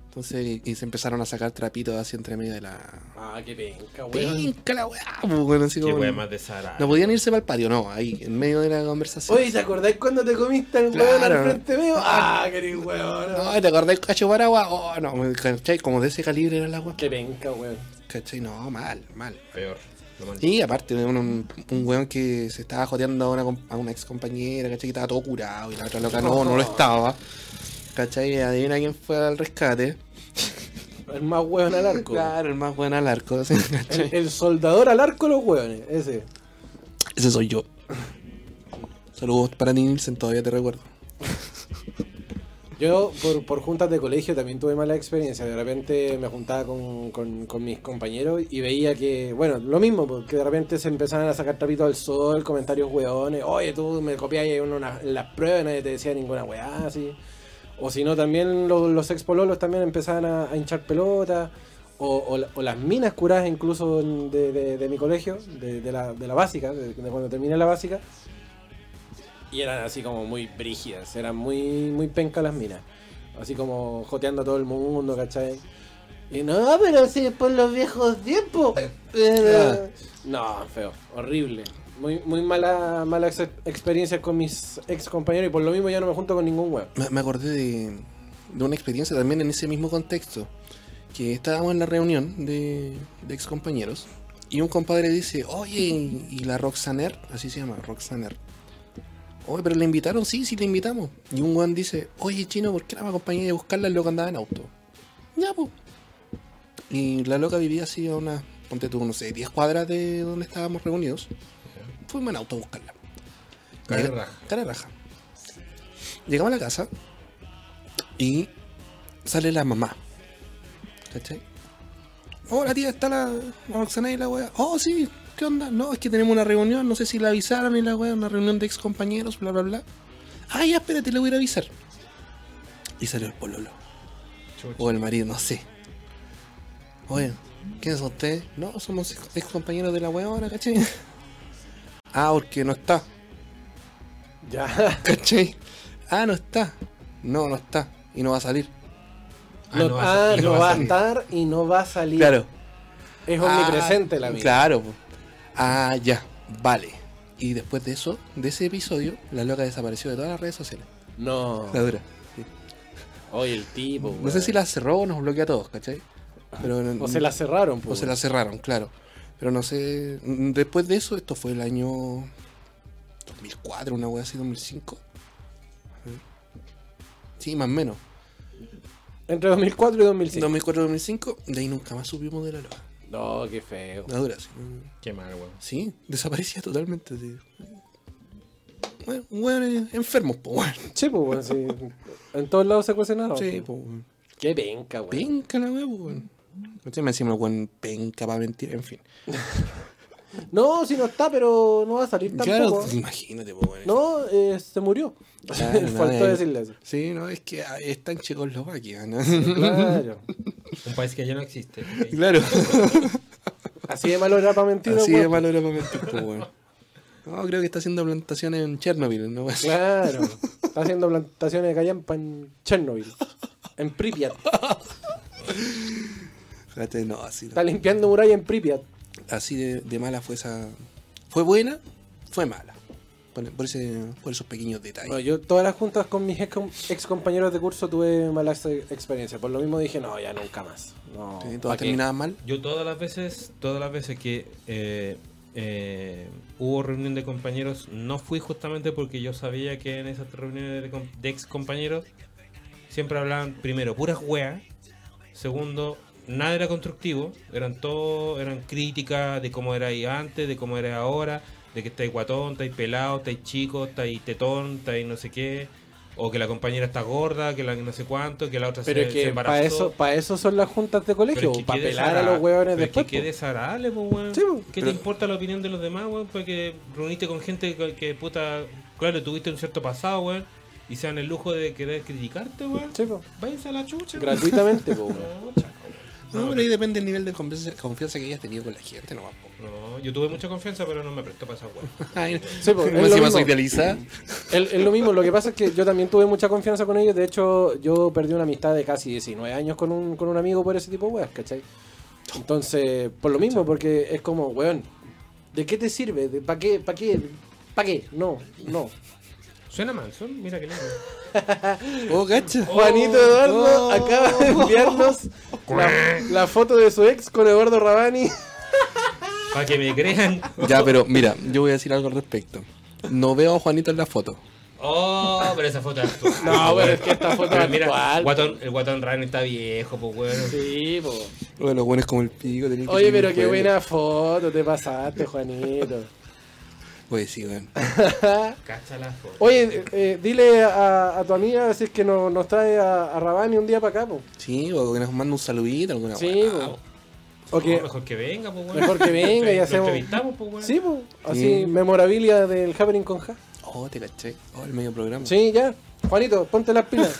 S2: Entonces, y, y se empezaron a sacar trapitos así entre medio de la...
S3: ah qué penca, weón.
S2: ¡Pinca la weá! pues, weón, así
S1: Qué
S2: como-
S1: wea más desagradable.
S2: No podían irse para el patio, no, ahí, en medio de la conversación.
S3: Oye, ¿te acordás cuando te comiste el
S2: Claro.
S3: hueón al frente mío? Ah, querido hueón.
S2: No, ¿te acordás del cacho Paragua? Oh, no, me- ¿cachai? Como de ese calibre era el agua.
S3: Qué penca, weón.
S2: ¿Cachai? No, mal, mal.
S1: Peor. Lo maldito.
S2: Y aparte, un, un, un weón que se estaba joteando a una, com- a una ex compañera, ¿cachai? Que estaba todo curado y la otra loca no, no lo estaba. ¿Cachai? Adivina quién fue al rescate.
S3: El más hueón al arco.
S2: Claro, el más buen al arco. ¿sí?
S3: El,
S2: ¿cachai?
S3: el soldador al arco, los hueones. Ese.
S2: Ese soy yo. Saludos para ti, Nielsen, todavía te recuerdo.
S3: Yo por, por juntas de colegio también tuve mala experiencia. De repente me juntaba con, con- con mis compañeros y veía que, bueno, lo mismo, porque de repente se empezaban a sacar trapitos al sol, comentarios hueones, oye, tú me copias uno una- en las pruebas, nadie te decía ninguna hueá, así. O si no, también lo- los expololos también empezaban a, a hinchar pelotas. O, o la- o las minas curadas incluso en- de, de- de mi colegio, de, de la, de la básica, de, de cuando terminé la básica. Y eran así como muy brígidas, eran muy, muy pencas las minas. Así como joteando a todo el mundo, ¿cachai? Y no, pero si por los viejos tiempos. pero-". No, feo, horrible. Muy, muy mala, mala ex- experiencia con mis ex compañeros y por lo mismo ya no me junto con ningún web.
S2: Me, me acordé de, de una experiencia también en ese mismo contexto. Que estábamos en la reunión de, de ex compañeros y un compadre dice, oye, y la Roxaner, así se llama, Roxaner. Oye, pero le invitaron, sí, sí, le invitamos. Y un guan dice, oye, chino, ¿por qué no me acompañé a buscarla? El loco andaba en auto. Ya, pues. Y la loca vivía así a unas, ponte tú, no sé, 10 cuadras de donde estábamos reunidos. Fuimos en auto a buscarla.
S1: Cara de
S2: Llega-
S1: raja.
S2: Cara de raja. Llegamos a la casa y sale la mamá. ¿Cachai? Hola tía, está la, la Roxana y la wea. Oh, sí, ¿qué onda? No, es que tenemos una reunión, no sé si la avisaron y la wea, una reunión de ex compañeros, bla, bla, bla. Ah, ya, espérate, le voy a ir a avisar. Y salió el pololo.
S1: Chucha.
S2: O el marido, no sé. Oye, ¿quiénes son ustedes? No, somos ex ex compañeros de la wea ahora, ¿cachai? Ah, porque no está.
S3: Ya.
S2: ¿Cachai? Ah, no está. No, no está. Y no va a salir.
S1: Ah,
S3: No-
S1: no va a
S3: ah,
S1: salir,
S3: no
S1: no
S3: va
S1: va
S3: a estar y no va a salir. Es omnipresente
S2: Ah,
S3: la mina.
S2: Claro. po. Ah, ya. Vale. Y después de eso, de ese episodio, la loca desapareció de todas las redes sociales.
S3: No.
S2: La dura.
S3: Oye, el tipo.
S2: No sé si la cerró o nos bloqueó a todos, ¿cachai? Pero,
S3: Ah. O se la cerraron, pues.
S2: o se la cerraron, claro. Pero no sé. mm, Después de eso, esto fue el año 2004, una wea así, 2005. Sí, más o menos.
S3: Entre 2004 y 2005.
S2: 2004-2005, de ahí nunca más subimos de la loca.
S3: No, qué feo.
S2: La dura, sí.
S1: Qué mal, weón.
S2: Sí, desaparecía totalmente. sí. Bueno, weones enfermos, po, weón.
S3: Sí, pues, weón, sí. En todos lados se cuece nada.
S2: Sí,
S3: weón.
S2: po, weón.
S3: Qué penca, weón.
S2: Penca la weá, po, weón. ¿Cachai? Me encima el weón penca para mentir, en fin.
S3: No, si no está, pero no va a salir tampoco.
S2: Claro, imagínate, po, weón.
S3: No, eh, se murió.
S2: Claro, no,
S3: Faltó
S2: eh.
S3: decirle eso.
S2: Sí, no, es que ah, está en Checoslovaquia, ¿no?
S3: Claro.
S1: Un país que ya no existe. ok.
S2: Claro.
S3: Así de malo era para mentir.
S2: Así de
S3: weón.
S2: malo era para mentir, po, weón. No, creo que está haciendo plantaciones en Chernobyl, ¿no? weón?
S3: Claro. Está haciendo plantaciones de callampa en Chernobyl. En Pripyat.
S2: Cachai, No, así,
S3: Está limpiando muralla en Pripyat.
S2: así de, de mala fue esa. ¿Fue buena? Fue mala. Por, por ese, por esos pequeños detalles.
S3: Bueno, yo todas las juntas con mis ex, ex compañeros de curso tuve malas eh, experiencias. Por lo mismo dije, no, ya nunca más. No,
S2: Sí,
S3: ¿pa'
S2: todas
S3: qué?
S2: terminaban mal.
S1: Yo todas las veces, todas las veces que eh, eh, hubo reunión de compañeros, no fui justamente porque yo sabía que en esas reuniones de, com- de ex compañeros siempre hablaban primero puras weas, segundo nada era constructivo, eran todo, eran críticas de cómo era ahí antes, de cómo era ahora, de que estáis guatón, estáis pelado, estáis chico, estáis tetón, estáis no sé qué. O que la compañera está gorda, que la no sé cuánto, que la otra
S3: Pero
S1: se,
S3: es
S1: se
S3: que
S1: embarazó.
S3: para eso, para eso son las juntas de colegio,
S1: Pero es que
S3: para
S1: qué
S3: pelar a
S1: desagradable-
S3: los huevones
S1: pero es
S3: después.
S1: Que qué
S3: po.
S1: desagradable, pues, weón.
S3: Sí, po.
S1: ¿Qué
S2: Pero-
S1: te importa la opinión de los demás, weón? Porque reuniste con gente que, que, puta. Claro, tuviste un cierto pasado, weón. Y se dan el lujo de querer criticarte, weón.
S3: Sí, po.
S1: Váyanse a la chucha, weón.
S3: Gratuitamente, po, weón.
S1: No, chaco.
S2: No, pero ahí depende el nivel de confianza, confianza que hayas tenido con la gente, no más. po.
S1: No, yo tuve mucha confianza, pero no me prestó para esa weón.
S2: Ay,
S3: Sí, po, es
S2: encima
S3: lo
S2: soy
S3: mismo.
S2: idealizada.
S3: Es es lo mismo, lo que pasa es que yo también tuve mucha confianza con ellos. De hecho, yo perdí una amistad de casi 19 años con un, con un amigo por ese tipo de weas, ¿cachai? Entonces, por lo mismo, porque es como, weón, ¿de qué te sirve? ¿Para qué? ¿Para qué? ¿Para qué? No, no.
S1: Suena Manson, mira que lindo.
S2: Oh, cacha. Oh,
S3: Juanito Eduardo acaba de enviarnos la, la foto de su ex con Eduardo Rabani.
S1: Para que me crean.
S2: Ya, pero mira, yo voy a decir algo al respecto. No veo a Juanito en la foto.
S1: Oh, pero esa foto es actual,
S3: No,
S1: weón.
S3: pero es que esta foto
S1: Pero
S3: es
S1: mira,
S3: actual,
S1: guatón, el guatón Ryan está viejo, pues, weón.
S3: Sí, po.
S2: Bueno, los buenos como el pico. tenían que
S3: Oye,
S2: ser
S3: pero
S2: bien
S3: qué
S2: buenos.
S3: buena foto, te pasaste, Juanito.
S2: Oye, sí, weón.
S1: Cacha la foto.
S3: Oye, eh, eh, dile a, a tu amiga si es que no- nos trae a, a Rabani un día para acá, po.
S2: Sí, o que nos manda un saludito, alguna
S3: Sí,
S2: weá.
S3: po. O que-
S1: No, mejor que venga, pues, weón.
S3: Mejor que venga y
S1: Lo
S3: hacemos-
S1: entrevistamos, pues, weón.
S3: Sí, po. Así,
S2: Sí.
S3: memorabilia del Happening con Ja.
S2: Oh, te caché. Oh, el medio programa.
S3: Sí, ya. Juanito, ponte las pilas.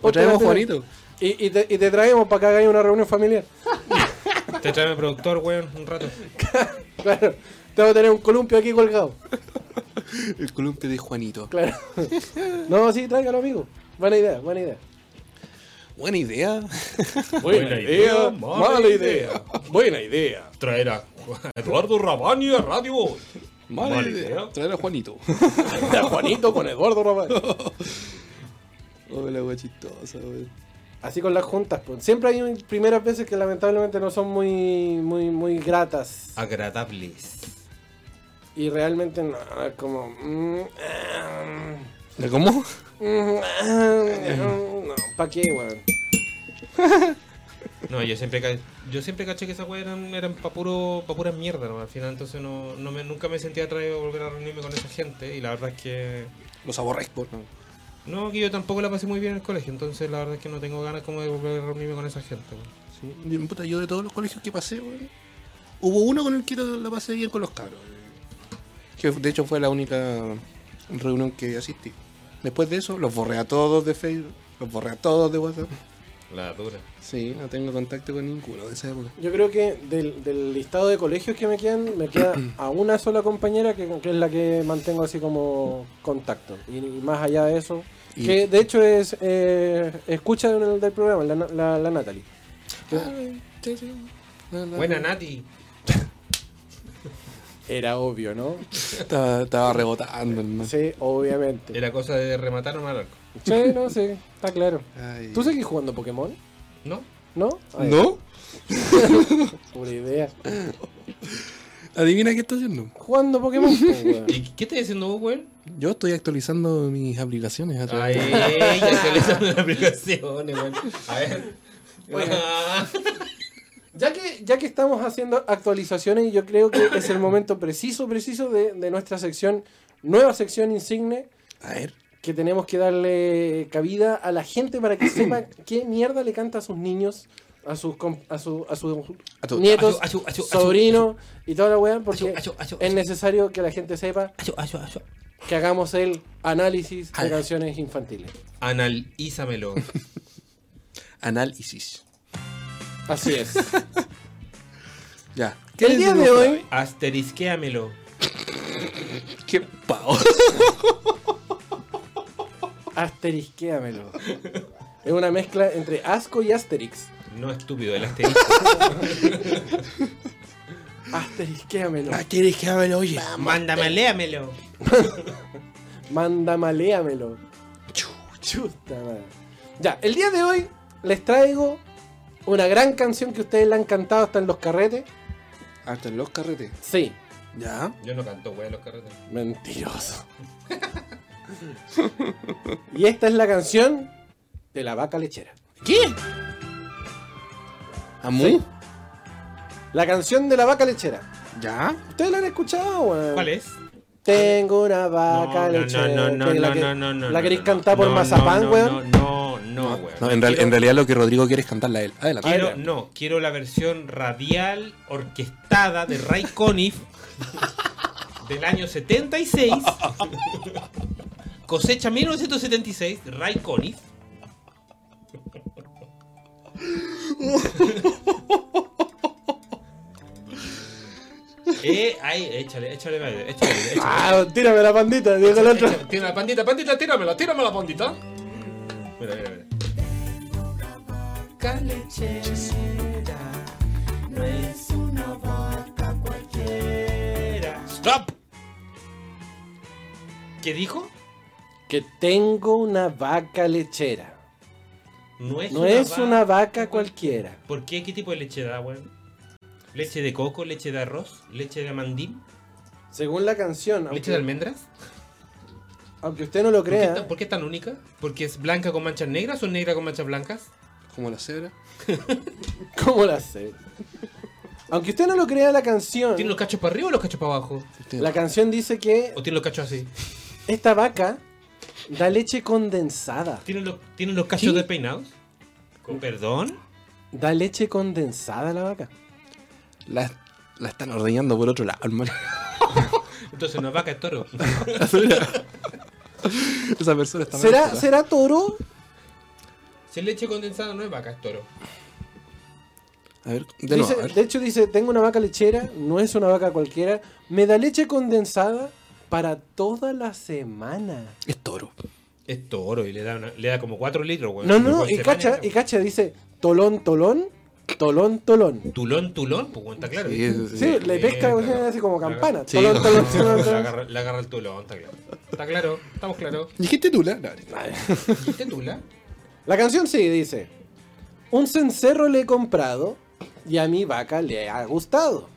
S2: O traemos a
S3: Ponte las pilas.
S2: Juanito.
S3: Y, y te, y te traemos para que hagáis una reunión familiar.
S1: Te trae el productor, weón, un rato.
S3: Claro. Te voy a tener un columpio aquí colgado.
S2: El columpio de Juanito.
S3: Claro. No, sí, tráigalo, amigo. Buena idea, buena idea.
S2: Buena idea.
S1: Buena idea, mala idea.
S3: Buena idea.
S1: Traer a Eduardo Rabani a radio. Hoy.
S2: Mala,
S1: Mala
S2: idea.
S1: idea.
S2: Traer a Juanito.
S3: A Juanito con Eduardo Román.
S2: oh, la wea chistosa, weón.
S3: Así con las juntas, pues. Siempre hay un- primeras veces que lamentablemente no son muy, muy, muy gratas.
S1: Agradables.
S3: Y realmente no, es como. mm, ah,
S2: ¿De cómo?
S3: mm, ah, No, ¿para qué, weón?
S1: No, yo siempre, ca- yo siempre caché que esas weas eran, eran para puro, pa pura mierda, ¿no? Al final, entonces no, no me, nunca me sentía atraído a volver a reunirme con esa gente. Y la verdad es que.
S2: Los aborrezco. ¿no?
S1: No, que yo tampoco la pasé muy bien en el colegio. Entonces, la verdad es que no tengo ganas como de volver a reunirme con esa gente, weón.
S2: Sí. Y, puta, yo de todos los colegios que pasé, weón, hubo uno con el que lo- la pasé bien con los cabros. eh. Que de hecho fue la única reunión que asistí. Después de eso, los borré a todos de Facebook, los borré a todos de WhatsApp.
S1: La dura.
S2: Sí, no tengo contacto con ninguno de esa época.
S3: Yo creo que del, del listado de colegios que me quedan, me queda a una sola compañera que, que es la que mantengo así como contacto. Y, y más allá de eso,
S2: Y-
S3: que de hecho es eh, escucha del, del programa, la, la, la Natalie.
S2: Ah, Sí, sí. No, no,
S1: Buena,
S2: no.
S1: Nati.
S3: Era obvio, ¿no?
S2: Estaba, estaba rebotando, hermano.
S3: Sí, obviamente.
S1: Era cosa de rematar o arco.
S3: Sí, no, sí, está claro.
S2: Ay.
S3: ¿Tú seguís jugando Pokémon?
S1: ¿No?
S3: ¿No? Ay,
S2: ¿No?
S3: Pura idea.
S2: Adivina qué estoy haciendo.
S3: Jugando Pokémon. pues, weón.
S1: ¿Y qué estás diciendo vos, weón?
S2: Yo estoy actualizando mis aplicaciones a través
S1: Ay,
S2: de-
S1: ya actualizando las aplicaciones, weón. A ver.
S3: Oiga. Ya que, ya que estamos haciendo actualizaciones, yo creo que es el momento preciso, preciso de, de nuestra sección, nueva sección insigne,
S2: A ver.
S3: que tenemos que darle cabida a la gente para que sepa qué mierda le canta a sus niños, a sus com- a su, a sus
S2: A tu-
S3: nietos,
S4: a su- a su- a su-
S3: sobrinos y toda la weá, porque
S4: a su- a su-
S3: es necesario que la gente sepa que hagamos el análisis de
S2: Al-
S3: canciones infantiles.
S4: Analízamelo.
S2: Análisis.
S3: Así es.
S2: Ya.
S3: el día de hoy,
S4: Asterisquéamelo.
S2: Qué pavo.
S3: asterisquéamelo. Es una mezcla entre asco y asterix.
S4: No estúpido, el asterisco.
S3: Asterisquéamelo.
S2: Tienes que haberlo, oye.
S4: Mándame, léamelo.
S3: Mandamaleamelo. Chuta madre. Ya, el día de hoy les traigo una gran canción que ustedes la han cantado hasta en los carretes.
S2: Hasta en los carretes.
S3: Sí,
S2: Ya.
S4: Yo no canto, güey, los carretes.
S3: mentiroso. y esta es la canción de la vaca lechera.
S2: ¿Qué? ¿Amu?
S3: ¿Sí? La canción de la vaca lechera.
S2: ¿Ya?
S3: ¿Ustedes la han escuchado? weón?
S4: ¿Cuál es?
S3: Tengo una vaca lechera. que la que- ¿La queréis cantar por
S4: no,
S3: mazapán,
S4: no,
S3: weón?
S4: No, no, no, weón.
S2: No, en, real-
S4: Quiero-
S2: en realidad lo que Rodrigo quiere es cantarla a él. Adelante.
S4: Quiero, no, quiero la versión radial orquestada de Ray Conniff del año 76. Cosecha 1976, Ray Conniff. eh, ahí, échale, échale, échale, échale, échale.
S3: Ah, tírame la pandita, digo el otro.
S4: Échale, tira la pandita, pandita, tíramela, tíramela, pandita. Mira, mira, mira. ¡Stop! ¿Qué dijo?
S3: Que tengo una vaca lechera.
S4: No es,
S3: No es
S4: vaca.
S3: una vaca cualquiera.
S4: ¿Por qué? ¿Qué tipo de leche da, weón? ¿Leche de coco? ¿Leche de arroz? ¿Leche de amandín?
S3: Según la canción,
S4: ¿Leche
S3: aunque,
S4: de almendras?
S3: aunque usted no lo
S4: ¿Por qué, tan-
S3: crea,
S4: por qué tan única? ¿Porque es blanca con manchas negras o negra con manchas blancas?
S2: Como la cebra.
S3: ¿cómo la sé? Aunque usted no lo crea, la canción.
S4: ¿Tiene los cachos para arriba o los cachos para abajo?
S3: La canción dice que
S4: ¿O tiene los cachos así?
S3: esta vaca da leche condensada.
S4: ¿Tienen los, tienen los cachos
S3: ¿Sí?
S4: despeinados? ¿Con perdón?
S3: Da leche condensada la vaca.
S2: La, la están ordeñando por otro lado, hermano.
S4: Entonces una vaca es toro.
S2: Esa persona está mal
S3: ¿Será,
S2: curada.
S3: ¿Será toro?
S4: Si es leche condensada no es vaca, es toro.
S2: A ver, de nuevo.
S3: Dice-
S2: a ver.
S3: de hecho dice, tengo una vaca lechera, no es una vaca cualquiera. Me da leche condensada para toda la semana.
S2: Es toro.
S4: Es toro y le da, una- le da como 4 litros, weón.
S3: No, no, no,
S4: Weón,
S3: y
S4: se
S3: cacha,
S4: baña,
S3: y cacha, dice tolón, tolón, tolón, tolón.
S4: Tulón, tulón, pues weón, está claro.
S2: Sí, sí, sí.
S3: Sí, le
S4: Sí,
S3: pesca
S4: claro.
S3: o sea, así como campana.
S2: Sí.
S3: Tolón, tolón, tolón,
S4: Le
S3: tolón.
S4: agarra, le agarra el tulón, está claro. Está claro, estamos claros.
S2: Dijiste tula. No, no.
S4: ¿Dijiste tula?
S3: La canción sí dice: Un cencerro le he comprado y a mi vaca le ha gustado.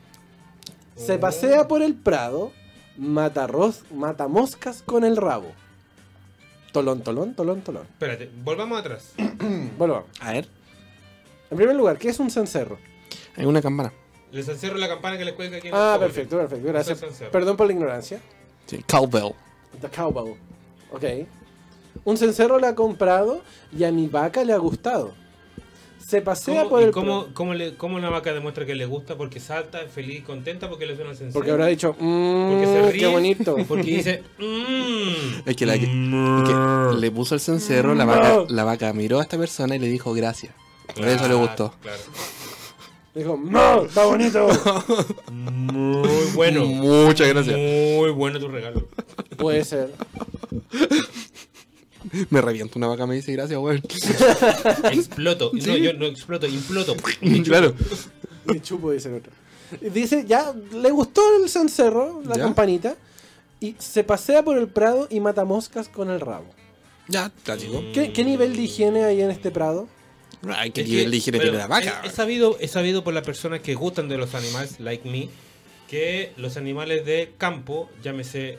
S3: Se
S4: Oh.
S3: pasea por el prado, mata, arroz, mata moscas con el rabo. Tolón, tolón, tolón, tolón.
S4: Espérate, volvamos atrás.
S3: Bueno,
S2: A ver.
S3: en primer lugar, ¿qué es un cencerro?
S2: Hay una cámara.
S4: Les encierro la campana que les cuelga aquí en el
S3: Ah,
S4: cobre.
S3: perfecto, perfecto,
S4: Es
S3: gracias.
S4: un cencerro.
S3: Perdón por la ignorancia.
S2: Sí, cowbell.
S3: The Cowbell. Ok. Un cencerro la ha comprado y a mi vaca le ha gustado. Se pasea
S4: ¿Cómo,
S3: por
S4: y
S3: el.
S4: cómo,
S3: pro-
S4: cómo le, ¿Cómo la vaca demuestra que le gusta? Porque salta, feliz, contenta, porque le suena el
S3: Porque
S4: cencerro.
S3: habrá dicho, mmm,
S4: Porque se ríe.
S3: qué bonito.
S4: Porque dice. Mmm.
S2: Es que la que- Que le puso el cencerro, la vaca, la vaca miró a esta persona y le dijo gracias. Por eso le gustó.
S4: Claro.
S3: Dijo, no, está bonito.
S4: Muy bueno.
S2: Muchas gracias.
S4: Muy bueno tu regalo.
S3: Puede ser.
S2: Me reviento una vaca, me dice gracias, weón.
S4: Exploto. No, yo no exploto, imploto.
S2: claro.
S3: Me chupo, dice el otro. Y dice, ya, le gustó el cencerro, la
S2: ¿Ya?
S3: campanita. Y se pasea por el prado y mata moscas con el rabo.
S2: Ya, clásico.
S3: ¿Qué, qué nivel de higiene hay en este prado?
S2: Ay, qué
S4: Es
S2: nivel
S4: que,
S2: de higiene
S4: bueno,
S2: tiene la vaca.
S4: He, he sabido, he sabido por las personas que gustan de los animales, like me, que los animales de campo, llámese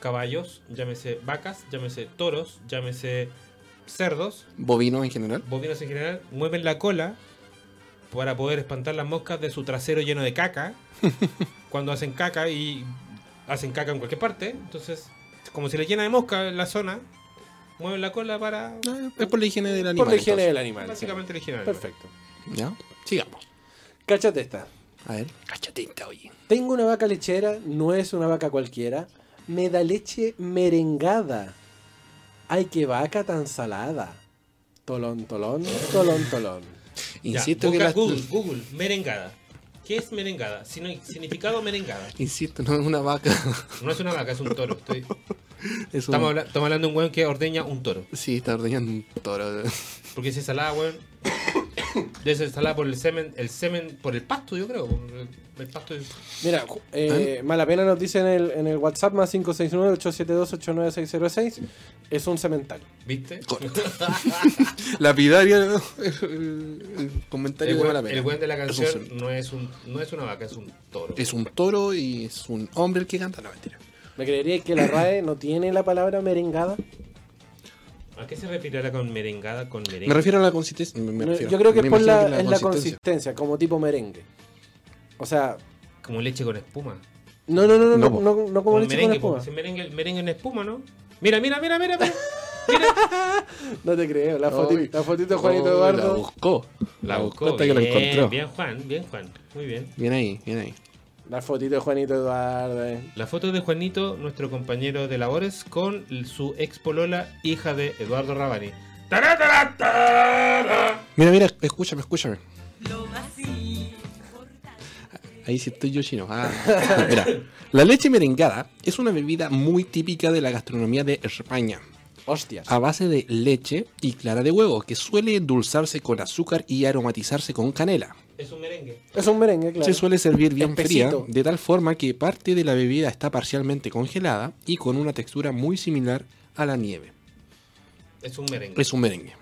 S4: caballos, llámese vacas, llámese toros, llámese cerdos,
S2: Bovino en general.
S4: bovinos en general, mueven la cola para poder espantar las moscas de su trasero lleno de caca. cuando hacen caca y hacen caca en cualquier parte. Entonces, como se le llena de mosca en la zona, mueven la cola para
S2: Ah, Es por la higiene del animal.
S3: Por la higiene
S2: entonces.
S3: del animal. sí.
S4: básicamente elegir algo.
S3: Perfecto.
S2: Ya, sigamos.
S3: Cáchate esta.
S2: A ver. Cachatita, oye.
S3: Tengo una vaca lechera, no es una vaca cualquiera. Me da leche merengada. Ay, qué vaca tan salada. Tolón, tolón, tolón, tolón.
S4: Ya,
S2: Insisto que
S4: busca
S2: las...
S4: Google, Google, merengada. ¿Qué es merengada? Sino- Significado merengada.
S2: Insisto, no es una vaca.
S4: No es una vaca, es un toro. Estoy-
S2: Es un-
S4: Estamos, habla- estamos hablando de un weón que ordeña un toro.
S2: Sí, está ordeñando un toro.
S4: Porque si es salada, weón. Debe ser salada por el semen, el semen, por el pasto, yo creo. por El, el pasto es-
S3: Mira, ju-
S2: ¿Ah?
S3: eh, mala pena nos dice en el, en el WhatsApp más 569-872-89606. Es un cemental.
S4: ¿Viste?
S2: Corta. Lapidaria, ¿no? el, el comentario
S4: El
S2: de mala
S4: weón,
S2: pena.
S4: el weón de la
S2: Es un
S4: canción
S2: ser-
S4: no es, un, no es una vaca, es un toro.
S2: Es un toro y es un hombre el que canta. No, mentira.
S3: ¿Me creería que la RAE no tiene la palabra merengada?
S4: ¿A qué se referirá con merengada? Con merengue.
S2: Me refiero a la consistencia. me- me
S3: No,
S2: refiero-
S3: Yo creo que
S2: me
S3: es por
S2: imagino
S3: la,
S2: que
S3: es la consistencia, como tipo merengue. O sea,
S4: Como leche con espuma.
S3: no, no, no, no,
S2: No,
S3: no,
S2: po.
S3: no, no como
S4: Con
S3: leche con
S4: merengue, pues. porque
S3: espuma.
S4: si merengue, el merengue en espuma, ¿no? Mira, mira, mira, mira. mira.
S3: No te creo, la, foti-
S2: Ay.
S3: la fotito de
S2: Oh,
S3: Juanito Eduardo.
S2: La buscó. La, buscó hasta que la
S4: bien,
S2: encontró. Bien.
S4: Bien, Juan, bien, Juan. Muy bien.
S2: ahí, bien ahí.
S3: La fotito de Juanito Eduardo. eh.
S4: La foto de Juanito, nuestro compañero de labores, con su ex polola, hija de Eduardo Rabani. ¡Tará, tará, tará!
S2: Mira, mira, escúchame, escúchame.
S5: Lo más importante.
S2: Ahí sí estoy yo chino. Ah, mira. La leche merengada es una bebida muy típica de la gastronomía de España,
S3: Hostias.
S2: a base de leche y clara de huevo, que suele endulzarse con azúcar y aromatizarse con canela.
S4: Es un merengue.
S3: Es un merengue, claro.
S2: Se suele servir bien
S3: Espesito.
S2: fría, de tal forma que parte de la bebida está parcialmente congelada y con una textura muy similar a la nieve.
S4: Es un merengue.
S2: Es un merengue.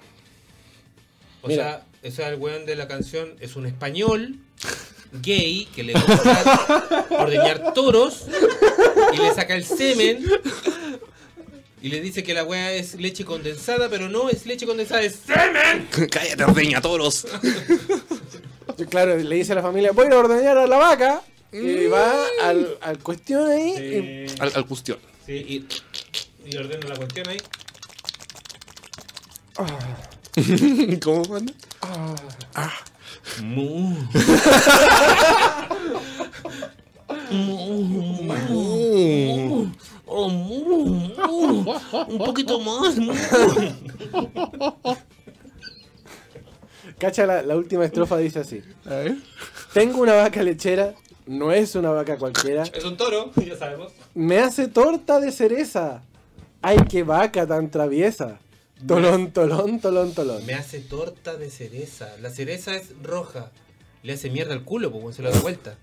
S4: o,
S3: Mira.
S4: Sea, o sea, el weón de la canción es un español gay que le gusta ordeñar toros y le saca el semen y le dice que la weá es leche condensada, pero no es leche condensada, es semen.
S2: ¡Cállate, ordeña toros!
S3: Yo, Claro, le dice a la familia, voy a ir a ordeñar a la vaca.
S2: Mm.
S3: Y va al, al cuestión ahí. y-
S4: Eh,
S2: Al, al cuestión.
S4: Sí, y, y ordeno la cuestión ahí.
S2: ¿Cómo, Juan?
S4: Mu. Mu, mu. Oh, mu, mu. Un poquito más. mu.
S3: Cacha, la, la última estrofa dice así.
S2: A ver.
S3: Tengo una vaca lechera, no es una vaca cualquiera.
S4: Es un toro, ya sabemos.
S3: Me hace torta de cereza. Ay, qué vaca tan traviesa. Tolón, tolón, tolón, tolón.
S4: Me hace torta de cereza. La cereza es roja. Le hace mierda al culo, pues se la da vuelta.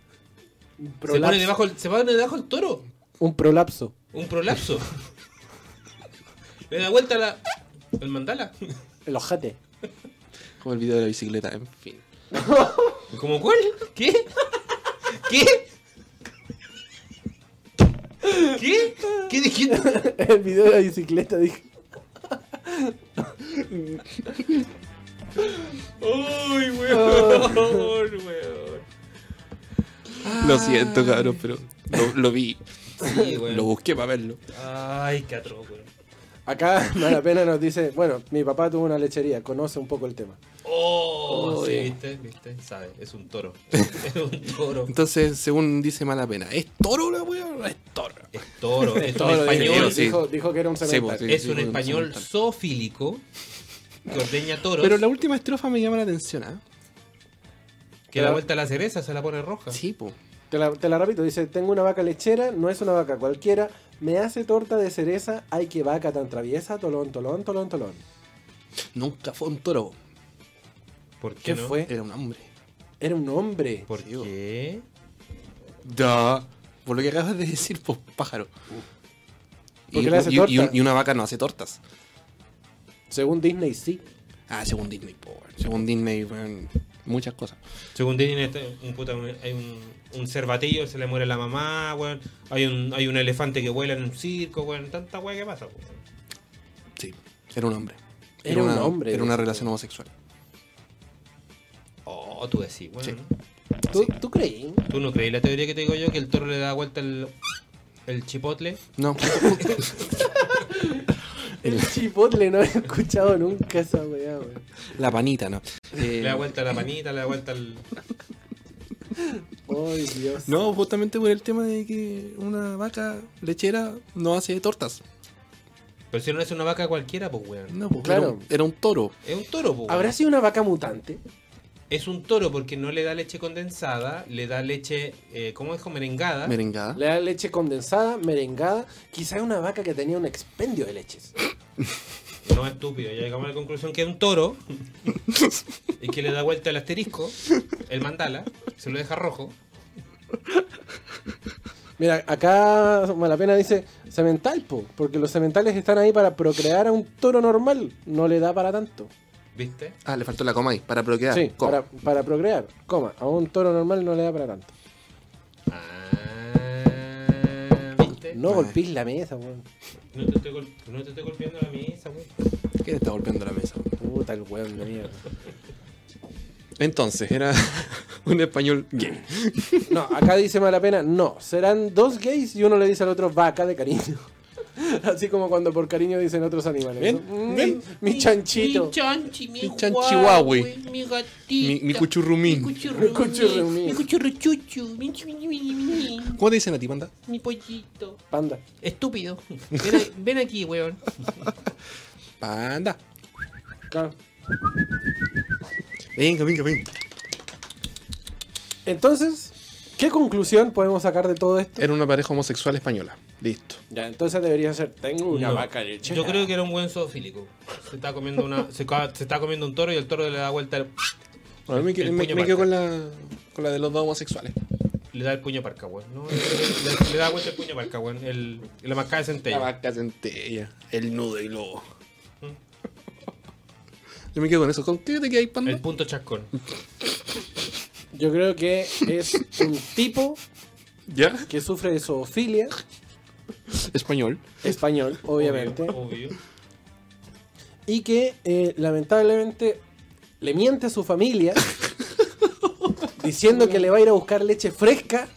S3: Un
S4: Se pone,
S3: prolapso.
S4: debajo, el- se pone debajo el toro.
S3: Un prolapso.
S4: Un prolapso. Le da vuelta la. El mandala.
S3: El ojate.
S2: Como el video de la bicicleta, en fin.
S4: ¿Cómo cuál? ¿Qué? ¿Qué? ¿Qué? ¿Qué dijiste?
S3: El video de la bicicleta dije.
S4: ¡Uy, weón! weón!
S2: Lo siento, cabrón, pero lo, lo vi.
S4: Sí,
S2: Lo busqué para verlo.
S4: Ay, qué atroz, weón.
S3: Acá Mala Pena nos dice, bueno, mi papá tuvo una lechería, conoce un poco el tema.
S4: Oh,
S2: Oh,
S4: sí,
S2: bien.
S4: viste, viste, sabe, es un toro. Es un toro.
S2: Entonces, según dice mala pena, ¿es toro la wea o no es toro?
S4: Es toro, es un
S3: Todo lo dijo,
S4: español.
S2: sí.
S3: dijo, dijo que era un
S2: Sí,
S3: cemental.
S2: pues, sí.
S4: Es un
S2: podemos
S4: español
S2: comentar.
S4: zoofílico que ordeña toros.
S2: Pero la última estrofa me llama la atención, ¿ah?
S4: Que da vuelta a la cereza, se la pone roja.
S2: Sí, po.
S3: Te, la, te la repito, dice, tengo una vaca lechera, no es una vaca cualquiera, me hace torta de cereza, ay qué vaca tan traviesa, tolón, tolón, tolón, tolón.
S2: Nunca fue un toro.
S4: ¿Por
S3: ¿Qué
S4: qué, no?
S3: fue?
S2: Era un hombre.
S3: Era un hombre.
S4: ¿Por
S2: Sí, bo.
S4: qué?
S2: Da. Por lo que acabas de decir, pues, pájaro.
S3: ¿Por qué le hace
S2: y- y-
S3: torta?
S2: y una vaca no hace tortas.
S3: Según Disney, sí.
S2: Ah, según Disney, po. Según Disney, weón, muchas cosas.
S4: Según Disney, este- un puta, un- hay un, un cervatillo, se le muere la mamá, weón. Hay un, hay un elefante que vuela en un circo, weón. Tanta weá que pasa, weón.
S2: Sí, era un hombre.
S3: Era un hombre,
S2: Era una
S3: dice.
S2: relación homosexual.
S4: Oh, tú decís, bueno.
S2: Sí.
S3: ¿Tú, ¿Tú creí?
S4: ¿Tú no crees la teoría que te digo yo que el toro le da vuelta el, el chipotle?
S2: No.
S3: El chipotle no he escuchado nunca esa weá, weón.
S2: la panita, no. Eh,
S4: Le da vuelta la manita, le da vuelta el.
S3: Ay, Dios.
S2: No, justamente por el tema de que una vaca lechera no hace tortas.
S4: Pero si no es una vaca cualquiera, pues weón.
S2: No, pues
S3: Claro.
S2: era, un, era un toro.
S4: Es un toro, pues.
S3: ¿Habrá
S4: weón.
S3: sido una vaca mutante?
S4: Es un toro porque no le da leche condensada, le da leche, eh, ¿cómo es? Con merengada.
S2: Merengada.
S3: Le da leche condensada, merengada. Quizá una vaca que tenía un expendio de leches.
S4: No estúpido, ya llegamos a la conclusión que es un toro y que le da vuelta el asterisco, el mandala, se lo deja rojo.
S3: Mira, acá Malapena dice semental, po, porque los sementales están ahí para procrear a un toro normal. No le da para tanto.
S4: ¿Viste?
S2: Ah, le faltó la coma ahí, para bloquear.
S3: sí,
S2: Coma.
S3: para, para procrear, coma. A un toro normal no le da para tanto.
S4: Ah, ¿Viste?
S3: No
S2: Ah.
S3: golpees la mesa, weón.
S4: No te estoy, gol- no te estoy golpeando la mesa, güey.
S2: ¿Qué le está golpeando la mesa?
S3: Puta el weón de mierda.
S2: Entonces, era un español gay.
S3: No, acá dice Malapena, no. Serán dos gays y uno le dice al otro vaca de cariño. Así como cuando por cariño dicen otros animales.
S2: Ven,
S3: Mm,
S2: ven.
S3: Mi, mi chanchito.
S1: Mi chanchi, mi,
S2: Mi chanchihuahue.
S1: guagüe, Mi gatita.
S2: Mi, mi cuchurrumín.
S1: cuchurrumín,
S3: Mm. Mi cuchurrumín.
S1: Mi cuchurruchuchu. Mi, chu- mi- mi- mi- mi-
S2: ¿Cómo te dicen a ti, panda?
S1: mi pollito.
S3: Panda.
S1: Estúpido. Ven, a- ven aquí, weón.
S2: Panda.
S3: Claro.
S2: Venga, venga, venga.
S3: Entonces, ¿qué conclusión podemos sacar de todo esto?
S2: Era una pareja homosexual española. Listo.
S3: Ya, entonces debería ser, tengo una
S4: No.
S3: vaca lechera.
S4: Yo creo que era un buen zoofílico. Se está comiendo una, se, ca- se está comiendo un toro y el toro le da vuelta, el-
S2: Bueno, me,
S4: El
S2: me-
S4: puño
S2: me quedo
S4: marca.
S2: con la, con la de los dos homosexuales.
S4: le da el puño parca, güey. No, le, le- le da vuelta el puño parca, güey. El, la marca de
S2: La
S4: centella.
S2: vaca centella. El nudo y lobo. Yo me quedo con eso. ¿Con qué te quedas, panda?
S4: El punto chascón.
S3: Yo creo que es un tipo
S2: ¿Ya?
S3: que sufre de zoofilia,
S2: Español.
S3: español, obviamente,
S4: Obvio.
S3: y que eh, lamentablemente le miente a su familia diciendo que le va a ir a buscar leche fresca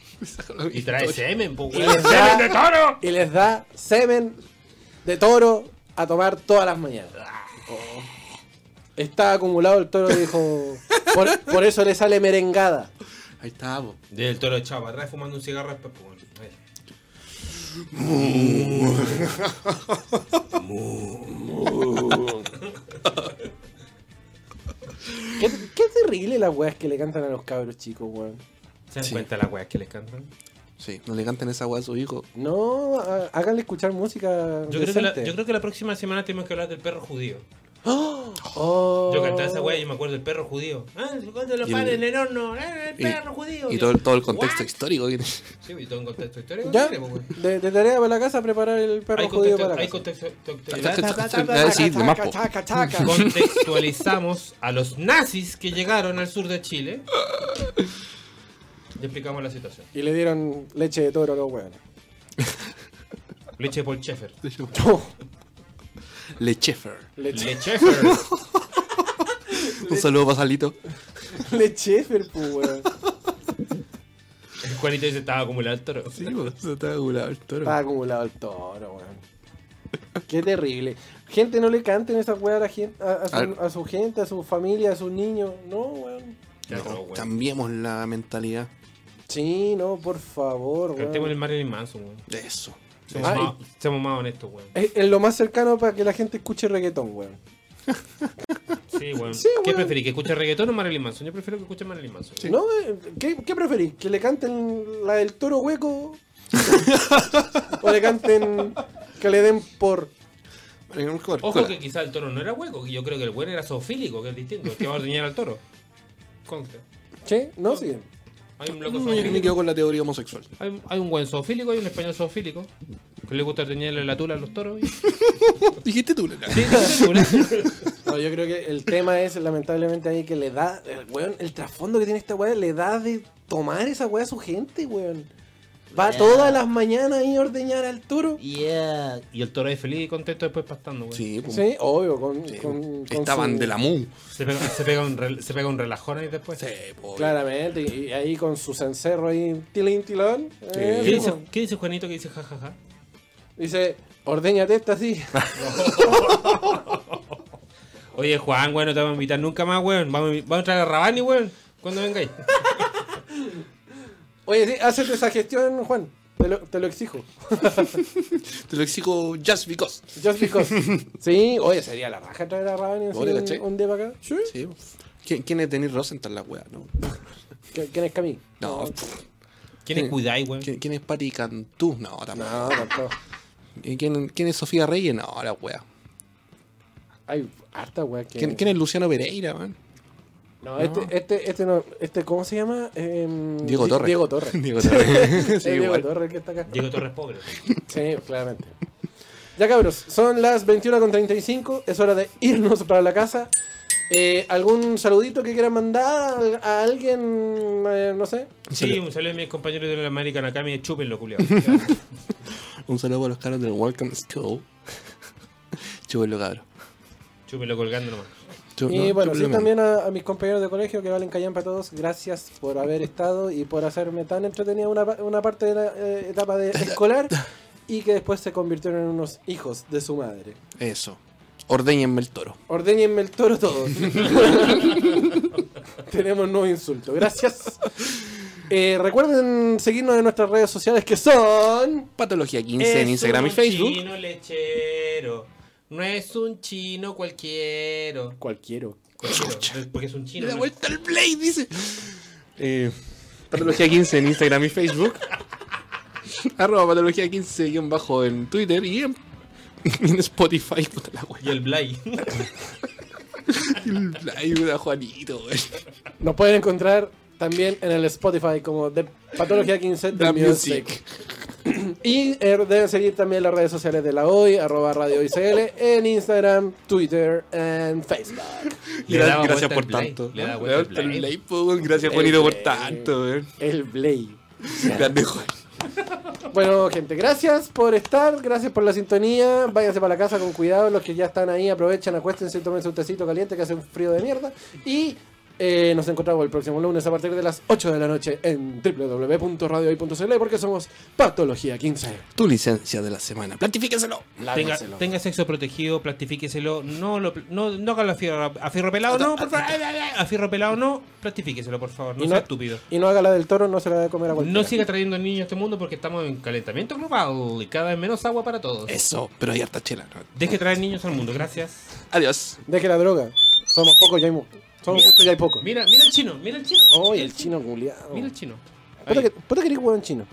S4: Y trae semen, pues,
S3: y
S4: güey.
S3: les da, y les da semen de toro a tomar todas las mañanas.
S4: Ah.
S3: Está acumulado el toro, dijo. Por, por eso le sale merengada.
S2: Ahí está, bo.
S4: Del toro echado para atrás fumando un cigarro después, pues, bueno, a ver.
S3: Qué, qué terrible las weas que le cantan a los cabros chicos, weón.
S4: ¿Se dan
S2: Sí.
S4: cuenta las weas que les cantan?
S2: Sí, no le canten esa agua a su hijo.
S3: No, ha- háganle escuchar música.
S4: Yo creo, que la,
S3: decente.
S4: yo creo que la próxima semana tenemos que hablar del perro judío.
S3: Oh.
S4: Yo cantaba esa wea y me acuerdo del perro judío. Ah, cuando lo
S2: Y el-
S4: paren en el horno, ah, el
S2: y-
S4: perro judío.
S2: Y
S4: Yo-
S2: todo, todo el contexto
S4: ¿What?
S2: histórico que tiene.
S4: Sí, y todo en contexto histórico.
S3: Ya,
S4: ¿qué queremos, güey?
S3: de, de tarea para la casa preparar el perro
S4: pues, Hay
S3: judío
S4: contexto-
S3: para la
S4: hay
S3: casa.
S4: contexto-
S2: Ah, sí, de más, po.
S3: Chaca, chaca.
S4: Contextualizamos a los nazis que llegaron al sur de Chile. Y explicamos la situación.
S3: Y le dieron leche de toro a los weones.
S4: Leche Paul Schaeffer.
S2: Lechefer.
S3: Leche,
S4: Leche Schaeffer.
S2: Un saludo para Salito.
S3: lechefer, pues, weón.
S4: El cualito dice estaba acumulado el toro.
S2: Sí, bo, se está agulado el toro.
S3: Está acumulado el toro, weón. Qué terrible. Gente, no le canten esa weá a, la gente, a, a su,
S2: Al-
S3: a su gente, a su familia, a sus niños. No, weón.
S4: Ya, pero,
S2: No,
S4: güey.
S2: cambiemos la mentalidad
S3: Sí, no, por favor,
S4: Cantemos el
S3: weón.
S4: Marilyn Manson, güey.
S2: de eso.
S4: Seamos,
S2: Ah,
S3: Ay.
S4: más, seamos más honestos, güey.
S3: Es, es lo más cercano para que la gente escuche reggaetón, weón.
S4: Sí, güey.
S3: Sí,
S4: ¿Qué
S3: güey.
S4: preferís? ¿Que escuche reggaetón o Marilyn Manson? Yo prefiero que escuche Marilyn Manson. güey.
S3: ¿No? eh, ¿Qué, ¿Qué preferís? ¿Que le canten la del toro hueco? ¿O le canten que le den por...
S4: Ojo que quizá el toro no era hueco, que yo creo que el güey era zoofílico, que es distinto, que va a ordeñar al toro. Conste.
S3: Che, no, sí.
S4: Hay un loco
S2: No, yo me
S4: zoofílico.
S2: quedo con la teoría homosexual.
S4: Hay, hay un buen zoofílico y un español zoofílico. Que le gusta teñirle la tula a los toros. y-
S2: Dijiste tú, Lena.
S4: Sí, la tula.
S3: No, yo creo que el tema es, lamentablemente, ahí que le da, el, weón, el trasfondo que tiene esta weá, le da de tomar esa weá a su gente, weón. Va
S1: Ya.
S3: todas las mañanas ahí a ordeñar al toro.
S1: Yeah.
S4: Y el toro es feliz y contento después pastando, güey.
S2: Sí, pum.
S3: Sí, obvio, con,
S2: Sí,
S3: con-
S2: pum.
S3: con
S2: Estaban
S3: su-
S2: de la mu.
S4: Se pega, se pega un, rel- se pega un relajón ahí después.
S2: Sí,
S3: pues.
S2: po.
S3: Claramente, y y ahí con su cencerro ahí, tilín, tilón. eh,
S4: ¿Qué
S3: sí,
S4: dice,
S3: po.
S4: qué dice Juanito que dice jajaja?
S3: Dice, ordeñate esta así.
S4: Oye, Juan, weón, no te vamos a invitar nunca más, weón. Vamos, a- vamos a traer a Rabani, weón. Cuando vengáis.
S3: Oye, sí, hazte esa gestión, Juan. Te lo, te lo exijo.
S2: Te lo exijo just because.
S3: Just because. sí, oye, sería la raja traer a Rabani así
S2: Oye,
S3: un-
S2: ¿cachai?
S3: un, día para acá. Sí.
S2: Sí. ¿Qui- ¿Quién es Denis Rosenthal la wea? No.
S3: ¿Qui- ¿Quién es Camille?
S2: No.
S4: ¿Quiénes
S2: Sí.
S4: cuidáis, weón?
S2: ¿Qui- ¿Quién es Patti Cantú? No, tampoco.
S3: No, tampoco.
S2: ¿Y ¿Quién, quién es Sofía Reyes? No, la wea.
S3: Hay harta wea que.
S2: ¿Quién, quién es Luciano Pereira, man?
S3: No, este, este, este no. Este, ¿cómo se llama? Em,
S2: Diego
S3: Di-
S2: Torres.
S3: Diego Torres.
S2: Diego Torres.
S3: Es
S2: sí,
S3: Diego
S2: igual.
S3: Torres que está acá.
S4: Diego Torres Pobre.
S3: Sí, claramente. Ya cabros, son las 21.35, es hora de irnos para la casa. Eh, ¿Algún saludito que quieran mandar a, a alguien? Eh, no sé.
S4: Sí, un saludo a mis compañeros de la América Nakami. Chúpenlo, culiao.
S2: Un saludo para los caros del Welcome School. Chúpenlo, cabrón.
S4: Chúpenlo colgando nomás.
S2: Chú-
S3: y
S2: no,
S3: bueno, sí,
S2: chúpenlo, man.
S3: también a, a mis compañeros de colegio que valen callan para todos. Gracias por haber estado y por hacerme tan entretenida una, pa- una parte de la eh, etapa de escolar y que después se convirtieron en unos hijos de su madre.
S2: Eso. Ordeñenme el toro.
S3: Ordeñenme el toro todos. Tenemos un nuevo insulto. Gracias. Eh, recuerden seguirnos en nuestras redes sociales que son.
S2: Patología 15 en
S4: Es
S2: Instagram y
S4: un
S2: Facebook.
S4: chino lechero. No es un chino cualquiera.
S3: Cualquiera.
S4: Cualquiera, Porque es un
S2: Le
S4: chino.
S2: da
S4: ¿no?
S2: vuelta al play, dice. Eh, Patología 15 en Instagram y Facebook. Arroba Patología 15 guión bajo en Twitter y en, en Spotify. Puta la wea.
S4: Y el Blay.
S2: El play da Juanito, wey.
S3: Nos pueden encontrar también en el Spotify como de Patología 15 The
S2: La
S3: Music.
S2: music.
S3: Y eh, deben seguir también las redes sociales de la hoy, arroba radio ICL, en Instagram, Twitter y Facebook.
S4: Le
S2: Gra-
S4: daba
S2: gracias
S4: vuelta
S2: por
S4: al play,
S2: tanto.
S4: le daba
S2: ¿no? Le
S4: vuelta al
S2: vuelta al
S4: play.
S2: play, po, weón. Gracias, Juanito, por tanto, weón.
S3: El Blade.
S2: Grande, Juan.
S3: Bueno, gente, gracias por estar, gracias por la sintonía. Váyanse para la casa con cuidado. Los que ya están ahí, aprovechen, acuéstense, tomen un tecito caliente que hace un frío de mierda. Y eh, nos encontramos el próximo lunes a partir de las 8 de la noche en www.radiohoy.cl porque somos Patología 15.
S2: Tu licencia de la semana. Plantifíquenselo.
S4: Tenga,
S3: Lávenselo.
S4: tenga sexo protegido, plastifíqueselo. No, lo, no, no hagan a fierro, a fierro pelado, no, por favor. A fierro pelado, no. Plastifíqueselo, por favor. No
S3: Y
S4: sea
S3: no-
S4: estúpido.
S3: Y no haga la del toro, no se la debe comer a cualquiera.
S4: No siga trayendo niños a este mundo porque estamos en calentamiento global y cada vez menos agua para todos.
S2: Eso, pero hay harta chela. ¿no?
S4: Deje traer niños al mundo, gracias.
S2: Adiós.
S3: Deje la droga. Somos pocos, ya hay muchos. Somos
S4: Mira.
S3: muchos, ya hay pocos.
S4: Mira, mira Oh, el chino, mira el chino.
S3: Oye, el chino culiado.
S4: Mira el chino.
S3: Puta que, puta que eres hueón chino.